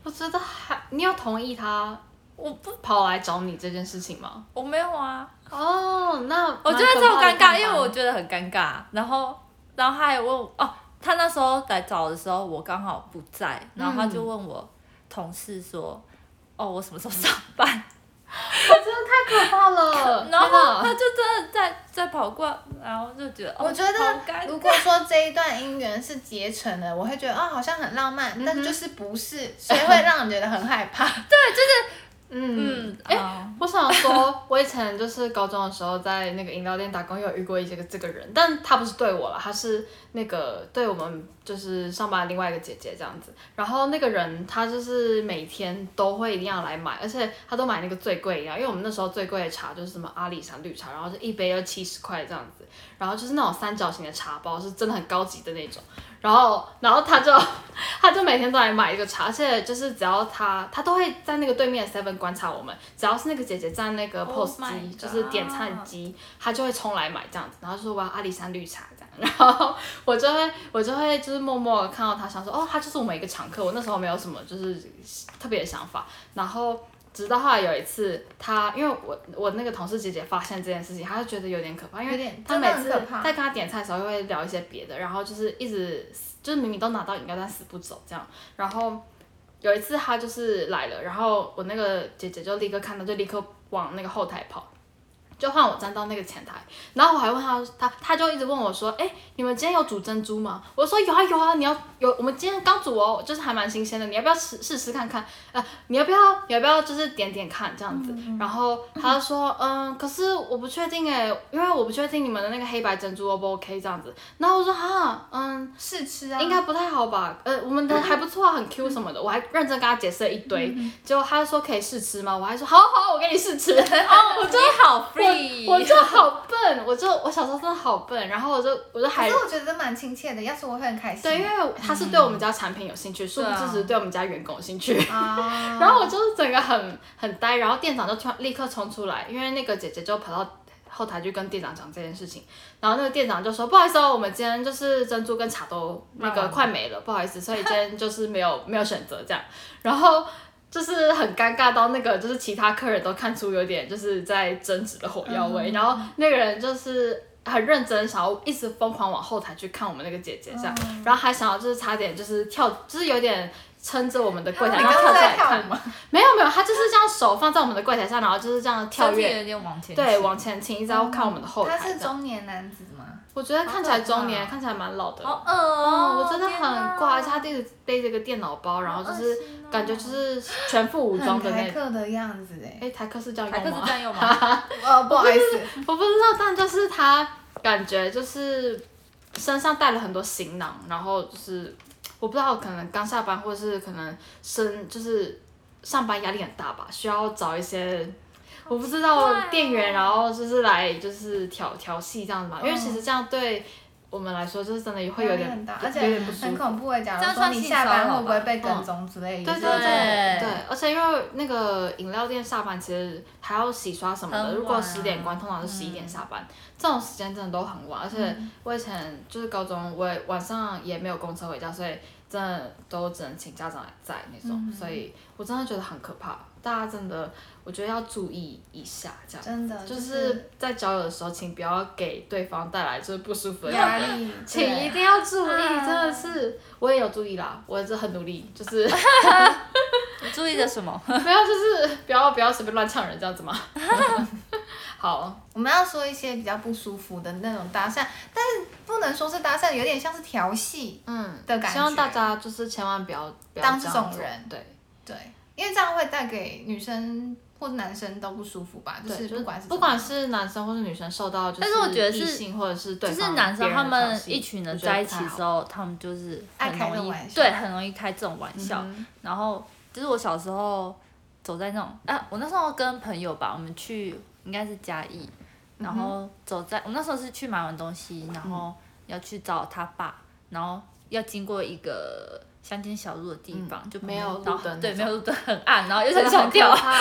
B: 我觉得还你有同意他
C: 我不
B: 跑来找你这件事情吗？
C: 我没有啊，
B: 哦，那
C: <laughs> 我觉得
B: 蛮可
C: 超
B: 怕的
C: 尴尬，
B: 地
C: 因
B: 方
C: 为我觉得很尴尬。然后，然后他还问我哦，他那时候来找的时候，我刚好不在，然后他就问我同事说，哦，我什么时候上 <laughs> 班？，
B: 真的太可怕了
C: <laughs> 然后
B: 天哪
C: 他就真的在在跑过来，然后就觉得，哦
A: 我觉
C: 好
A: 得，
C: 尴
A: 如
C: 尬。
A: 果说这一段姻缘是结成的，我会觉得哦，好像很浪漫，但就是不是，所以会让人觉得很害
B: <laughs>
A: 怕。
B: 嗯
C: 嗯，，
B: 哎、
C: 哎，
B: 我想说，我以前就是高中的时候在那个饮料店打工，有遇过一个这个人，但他不是对我了，他是那个对我们就是上班的另外一个姐姐这样子。然后那个人他就是每天都会一定要来买，而且他都买那个最贵的饮料，因为我们那时候最贵的茶就是什么阿里山绿茶，然后是一杯要七十块这样子，然后就是那种三角形的茶包，是真的很高级的那种。然后，然后他就 <laughs> 他就每天都来买一个茶，而且就是只要他他都会在那个对面 Seven 观察我们，只要是那个姐姐站那个
C: Oh
B: POS 机
C: my
B: 就是点餐
C: God
B: 机，他就会冲来买这样子，然后就说我要阿里山绿茶这样， <laughs> 然后我就会我就会就是默默地看到他，想说哦，他就是我们一个常客。我那时候没有什么就是特别的想法，然后。直到后来有一次，他因为我我那个同事姐姐发现这件事情，她就觉得有点可怕，因
A: 有
B: 为
A: 点
B: 她
A: 真
B: 每
A: 的很
B: 次
A: 可怕
B: 在跟她点菜的时候会聊一些别的，然后就是一直就是明明都拿到饮料，但死不走这样。然后有一次他就是来了，然后我那个姐姐就立刻看到，就立刻往那个后台跑，就换我站到那个前台。然后我还问他，他他就一直问我说：“哎，你们今天有煮珍珠吗？”我说：“有啊有啊，你要有，我们今天刚煮哦，就是还蛮新鲜的，你要不要试试试看看？呃，你要不要你要不要就是点点看这样子？”
A: 嗯
B: 然后他就说：“嗯，可是我不确定哎，因为我不确定你们的那个黑白珍珠 O 不 OK 这样子。”然后我说：“哈，嗯，
A: 试吃啊，
B: 应该不太好吧？呃，我们的还不错啊，很
A: 嗯
B: Q 什么的，我还认真跟他解释了一堆，结果他就说可以试吃吗？我还说好好，我给你
A: <laughs>
B: 试吃。
C: 哦，我真的好
B: 我
C: free，
B: 我就好笨，我就我小时候真的好笨，然后我就我就
A: 可
B: 还
A: 是我觉得蛮亲切的，要是我会很开心。
B: 对，因为他是对我们家产品有兴
A: 嗯
B: 趣，殊不
C: 对
B: 知
C: 啊
B: 只是对我们家员工有兴趣。
A: 啊，
B: 然后我就是整个很很呆，然后店长就冲立刻冲出来，因为那个姐姐就跑到后台去跟店长讲这件事情，然后那个店长就说不好意思哦，我们今天就是珍珠跟茶都那
A: 嗯
B: 个快没了，不好意思，所以今天就是没有没有选择这样，然后。就是很尴尬到那个，就是其他客人都看出有点就是在争执的火药
A: 嗯
B: 味，然后那个人就是很认真，想要一直疯狂往后台去看我们那个姐姐这样，
A: 嗯
B: 然后还想要就是差点就是跳，就是有点撑 <laughs> 着我们的柜台，
A: 你
B: 然
A: 刚
B: 后
A: 刚是
B: 跳起来
A: 在跳
B: 看
A: 舞。吗？
B: 没有没有，他就是这样手放在我们的柜台上，然后就是这样跳
C: 身体
B: 跃，
C: 有点往前，
B: 对，往前倾，一直要看我们的后台
A: 他
B: 这样。
A: 是中年男子吗？
B: 我觉得看起来中年，
C: 好可怕
B: 看起来蛮老的。
C: 好饿哦，
B: 我真的
C: 天哪
B: 很怪，而且他背着背着个电脑包，然后就
C: 好恶
B: 是
C: 心哦
B: 感觉就是全副武装的
A: 很台
B: 那种。
A: 客的样子哎。
B: 哎，台客是这样
C: 还
B: 用
C: 克是
B: 吗？
C: 占用吗？
A: 呃，不好意思， <laughs>
B: 我不知道，但就是他感觉就是身上带了很多行囊，然后就是我不知道，可能刚下班或者是可能身就是上班压力很大吧，需要找一些我不知道
C: 怪哦
B: 店员，然后就是来就是调调戏这样子嘛，因为其实这样对。我们来说，就是真的会有
A: 压力
B: 点
A: 很大，
B: 有
A: 而且
B: <laughs> 点不舒
A: 很
B: 服。
A: 恐怖欸的。假
C: 这
A: 如
C: 样
A: 说
C: 算
A: 你
C: 性
A: 下
C: 骚
A: 班
C: 扰
A: 会不会被
B: 吧
A: 跟踪之类的？
B: 对对
A: 也是
B: 对
C: 对
B: 对，而且因为那个饮料店下班其实还要洗刷什么
C: 很
B: 的，
C: 晚
B: 如果十点关，通常是十一点下班，这种时间真的都很晚。而且我以前就是高中，我也晚上也没有公车回家，所以真的都只能请家长来载那种，所以我真的觉得很可怕。大家真的，我觉得要注意一下，这样。
A: 真的就
B: 就
A: 是
B: 是在交友的时候，请不要给对方带来就是不舒服的
A: 压
B: 感觉。
A: 力，
B: 请
A: 对
B: 一定要注意，
A: 啊
B: 真的是我也有注意啦，我也是很努力，就是
C: 你注意的什 <laughs> 么？
B: <laughs> 没有就是不要不要随便乱呛人这样子嘛。 <laughs> 好，
A: 我们要说一些比较不舒服的那种搭讪，但是不能说是搭讪，有点像是调戏。
B: 嗯
A: 的感觉
B: 希望大家就是千万不要不要
A: 当这
B: 样
A: 种
B: 做
A: 人
B: 对，
A: 对，因为这样会带给女生或男生都不舒服吧，就
B: 对
A: 是
B: 就
A: 不管是
B: 不管是男生或是女生受到，
C: 但是我觉得是
B: 异性或者是对
C: 就
B: 方
C: 是
B: 别
C: 男生
B: 人
C: 他
B: 的调
C: 们
B: 戏
C: 一群人
B: 我觉得
C: 在一
B: 不
C: 起
B: 太好
C: 之后，他们就是
A: 爱
C: 很
A: 开这
C: 容
A: 种
C: 易
A: 玩笑
C: 对很容易开这种玩笑。
A: 嗯
C: 然后就是我小时候走在那种啊，我那时候跟朋友吧，我们去应该是嘉义，然后走在我那时候是去买完东西，然后要去找他爸，然后要经过一个乡间小路的地方，就
B: 嗯没有路
C: 然后
B: 灯
C: 对，
B: 那
C: 没
B: 种
C: 有路灯很暗，然后又
B: 真
C: 很
B: 的
C: 想
B: 很 <laughs>
C: 掉
B: 可，
C: <laughs>
B: 怕。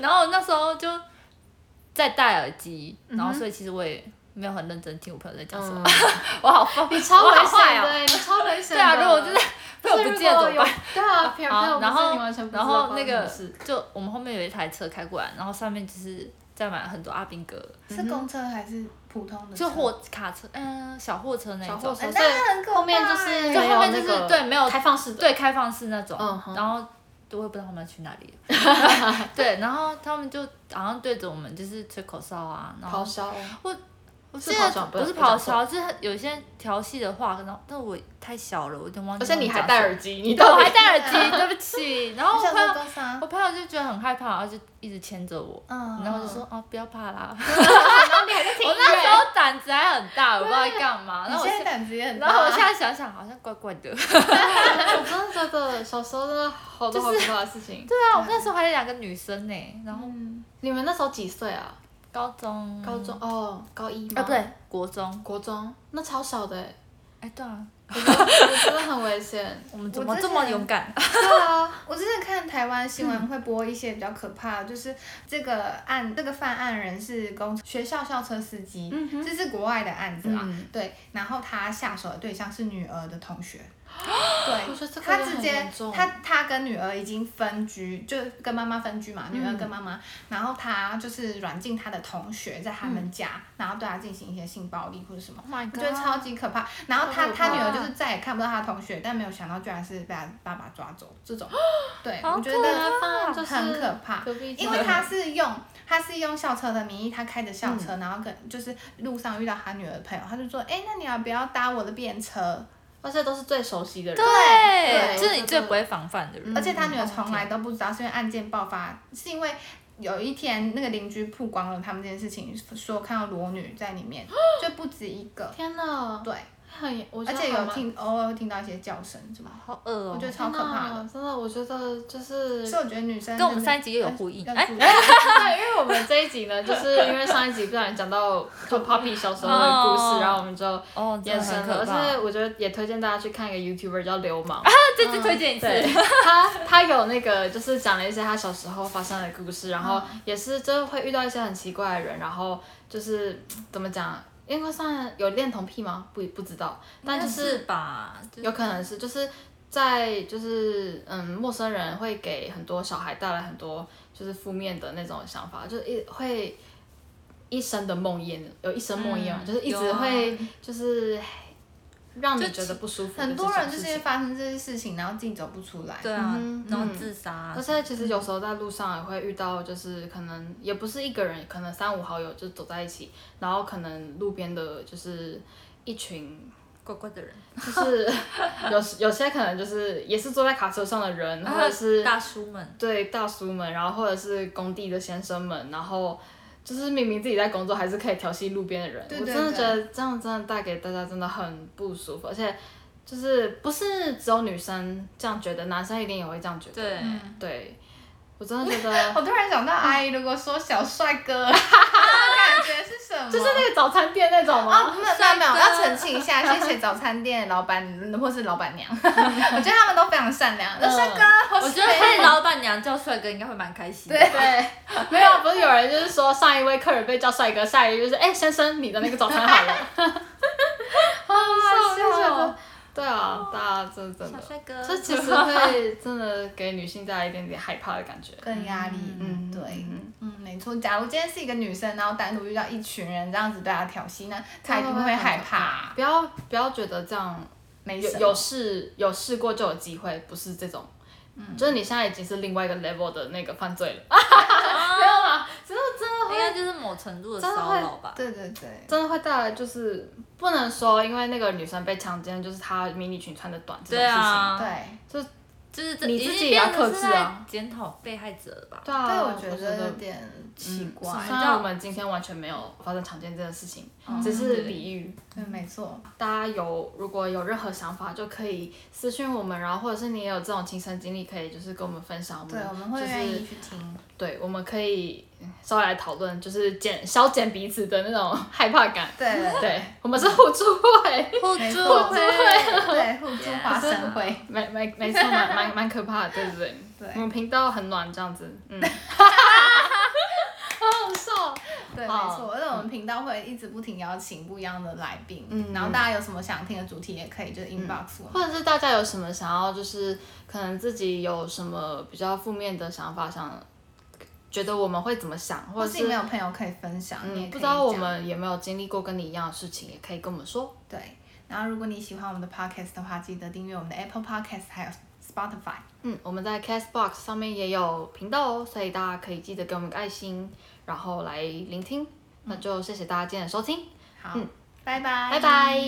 C: 然后那时候就在戴耳机，然后
A: 嗯哼
C: 所以其实我也没有很认真听我朋友在讲什么，
B: 嗯，
C: 我好疯，
B: 你超
C: 我好
B: 危
C: 坏
B: 险
C: 哦
B: 的，你超危险的。
C: 对啊，如果我真的被
B: <laughs>
C: 我
B: 就是
C: 不
B: 如
C: 见
B: 果
C: 怎么
B: 有
C: 办？
B: 对
C: <laughs>
B: 啊，朋友
C: 好
B: 朋友不
C: 然
B: 是
C: 后
B: 你完全不知
C: 然
B: 道发
C: 后那
B: 生什么
C: 个
B: 事
C: 就我们后面有一台车开过来，然后上面就是载满了很多阿兵哥，
A: 是公车还是普通的车，
C: 就货卡车，嗯、小货车那
B: 小货
C: 种，
B: 车，
A: 哎
B: 所以
A: 那很可怕
B: 后面就是
A: 哎
C: 就后面就
B: 没有那
C: 是
B: 个
C: 对没有
B: 欸开放式的，
C: 对开放式那种，
B: 嗯哼
C: 然后我也不知道他们去哪
B: <laughs>
C: 里了，对，然后他们就好像对着我们就是吹口哨啊，然后
B: 咆哮，
C: 我
B: 是
C: 记
B: 咆
C: 得
B: 哮不
C: 不是
B: 不讲
C: 咆
B: 错
C: 哮，就是有一些调戏的话，然后但我太小了，我有点忘记
B: 而
C: 他
B: 且
C: 们
B: 你
C: 讲什么。
B: 还戴耳机，你
C: <laughs> 对，我
B: 到底
C: 还戴
B: <laughs>
C: 耳机，对不起。然后
A: 我
C: 我
A: 想
C: 朋
A: 说
C: 友，
A: 多少？
C: 我朋友就觉得很害怕，然后就一直牵着我，
A: 嗯，
C: 然后我就说啊，不要怕啦。 <laughs>
B: 然后你还在听
C: 我
B: 音
C: 那时
B: 乐，
C: 候胆子还很大，我不知道在干嘛。然
A: 你
C: 后我
A: 现在啊
C: 现，
A: 胆子也很大，
C: 然后我现在想想，好像怪怪的。对
B: <laughs> 我真的觉得小时候真的好多好可怕的事情。
C: 啊，我那时候还有两个女生呢，然后
A: 嗯
B: 你们那时候几岁啊？
C: 高中，
B: 高中哦，高一吗？
C: 嗯啊，不， <laughs> 对，国中。
B: 国中，那超小
A: <laughs>
B: 的欸，
C: 哎，对啊，
B: 我觉得我真的很危险。
C: 我们
A: 我
C: 怎么
A: 之
C: 这么
A: 前
C: 勇敢？
B: 对啊，
A: 我之前看台湾新闻会播一些比较可怕的，就是这个案，这个犯案人是公学校校车司机，这是国外的案子啊。
B: 嗯
A: 对，然后他下手的对象是女儿的同学，
B: 我觉得这
A: 对，
B: 个
A: 他
B: 也
A: 直
B: 很
A: 接
B: 严重
A: 他他跟女儿已经分居，就跟妈妈分居嘛，女儿
B: 嗯
A: 跟妈妈，然后他就是软禁他的同学在他
B: 嗯
A: 们家，然后对他进行一些性暴力或者什么。
C: Oh my
A: 我觉得
C: god！
A: 超级可怕。然后他
B: 啊好可怕
A: 他女儿就是再也看不到他同学，但没有想到居然是被他爸爸抓走这
B: <gasps>
A: 种。对，
C: 好
A: 我觉
C: 可
A: 得
B: 怕就是
A: 很可怕，
B: 隔壁
A: 因为他是用他是用校车的名义，他开着校
B: 嗯
A: 车，然后跟就是路上遇到他女儿的朋友，他就说：“哎、那你要不要搭我的便车？”
B: 而且都是最熟悉的人，
C: 对，
A: 对
C: 这
B: 我
C: 是
B: 觉
C: 你
B: 得
C: 最不会防范的人。
A: 嗯而且他女儿从来都不知道是因为案件爆发，是因为有一天那个邻居曝光了他们这件事情，说看到裸女在里面，就不止一个。
B: 天哪，
A: 对，
B: 很严，我觉
A: 而
B: 得
A: 且
B: 还
A: 有
B: 蛮
A: 听偶尔听到一些叫声什么的。
C: 好恶哦
A: 我觉。得超可怕的。
B: 的，真的，我觉得
A: <laughs>
B: 就是
A: 所以我觉得女生
C: 跟我们
A: 就是
C: 上一集又有呼应
A: 要
C: 哎
A: 注意
B: 对，因为我们这一集呢，就是因为上一集不小心讲到
A: <laughs>
B: 就 Poppy 小时候的故
C: 哦
B: 事，然后我们就
C: 哦，真
B: 延
C: 的
B: 伸
C: 很
B: 了。
C: 可
B: 而
C: 怕。
B: 且我觉得也推荐大家去看一个 YouTuber 叫流氓，
C: 这次推荐一次。
B: 对他他有那个就是讲了一些他小时候发生的故事，然后也是就是会遇到一些很奇怪的人，然后就是嗯怎么讲，应该算有恋童癖吗？不不知道，但就
C: 但
B: 是
C: 是吧，
B: 有可能是就是在就是嗯，陌生人会给很多小孩带来很多就是负面的那种想法，就是一会一生的梦魇，有一生梦魇嘛，
C: 嗯
B: 就是一直
C: 有啊
B: 会就是让你
C: 就
B: 觉得不舒服
A: <laughs>
B: 的
A: 很
B: 这
A: 多
B: 种
A: 人
B: 事情。
A: 就是因为发生这些事情，然后自己走不出来。
C: 对啊
B: 嗯，
C: 然后
B: 嗯
C: 自杀啊
B: 而，且其实有时候在路上也会遇到，就是可能也不是一个人，可能三五好友就走在一起，然后可能路边的就是一群
A: <laughs>
C: 怪怪的人，
B: 就是有时有些可能就是也是坐在卡车上的人，或者是
C: 大叔们，
B: 对大叔们，然后或者是工地的先生们，然后就是明明自己在工作，还是可以调戏路边的人。
A: 对对
B: 我真的
A: 对
B: 觉得这样真的带给大家真的很不舒服，而且就是不是只有女生这样觉得，男生一定也会这样觉得。
C: 对，
B: 对，我真的觉得
C: <laughs>
A: 我突然想到，阿姨如果说小帅哥，那感觉是什么？
B: <laughs> 就是那个早餐店那种
A: 啊，
B: 吗？
A: 没有没有没有，我要澄清一下，谢谢早餐店老板 <laughs> 或是老板娘，我觉得他们都非常善良。那帅哥，
C: 我
A: 是
C: 觉得
A: 没
C: 黑老板娘叫帅哥应该会蛮开心
A: <laughs>
C: 的。
A: 对
B: 对，啊没有，不是有人就是说上一位客人被叫帅哥，下一位就是哎、先生，你的那个早餐好了， <laughs> 好
A: 好笑
B: 笑
A: 哦。
B: 对啊，大家这真
C: 小
B: 的，
C: 帅哥，
B: 这其实会真的给女性带来一点点害怕的感觉。
A: 更压力，嗯，对，
B: 嗯
A: 嗯，没错。假如今天是一个女生，然后单独遇到一群人这样子对她挑衅，那她一定会害怕，
B: 不要不要觉得这样
A: 没
B: 有
A: 什
B: 哦有
A: 么。
B: 试有试过就有机会，不是这种。就是你现在已经是另外一个 level 的那个犯罪了，没有啦，只是真的
C: 哦应该就是某程度的骚扰吧。
A: 对对对，
B: 真的会带来就是不能说，因为那个女生被强奸，就是她迷你裙穿的短这
C: 对
B: 种事情。
C: 啊，
A: 对。
C: 就是这
B: 你自己也要克制啊，
C: 检讨被害者了吧？
B: 对啊，
A: 对，我觉
B: 觉
A: 得有点奇
B: 嗯
A: 怪。
B: 虽然我们今天完全没有发生强奸这件事情，只嗯是比嗯喻。
A: 嗯对，没错。
B: 大家有如果有任何想法，就可以私信我们，然后或者是你也有这种亲身经历，可以就是跟我们分享。我
A: 对，我们
B: 就
A: 会愿
B: 是
A: 意去听。
B: 对，我们可以嗯稍微来讨论，就是减消减彼此的那种 <laughs> 害怕感。
A: 对对
B: 对，我们是互助会。
C: 互
A: 没
C: 助
A: 错
C: 会，
A: 对，互助华生会。
B: 没没没错，蛮蛮蛮可怕的，对不对？
A: 对
B: 我们频道很暖这样子，
A: <laughs>
B: 嗯， <laughs> 好好笑。哦
A: 对，没
B: 好
A: 错，而且我们频道会一直不停邀请不一样的来宾，
B: 嗯
A: 然后大家有什么想听的主题也可以就是 inbox 我们。
B: 或者是大家有什么想要，就是可能自己有什么比较负面的想法，想觉得我们会怎么想，或
A: 或
B: 者
A: 是你
B: 是
A: 没有朋友可以分享，你也可以
B: 嗯，不知道我
A: 讲
B: 们有没有经历过跟你一样的事情，也可以跟我们说。
A: 对。然后，如果你喜欢我们的 podcast 的话，记得订阅我们的 Apple Podcast 还有 Spotify。
B: 嗯，我们在 Castbox 上面也有频道哦，所以大家可以记得给我们个爱心，然后来聆听。那就谢谢大家今天的收听，
A: 好，
B: 嗯
A: 拜拜，
B: 拜拜。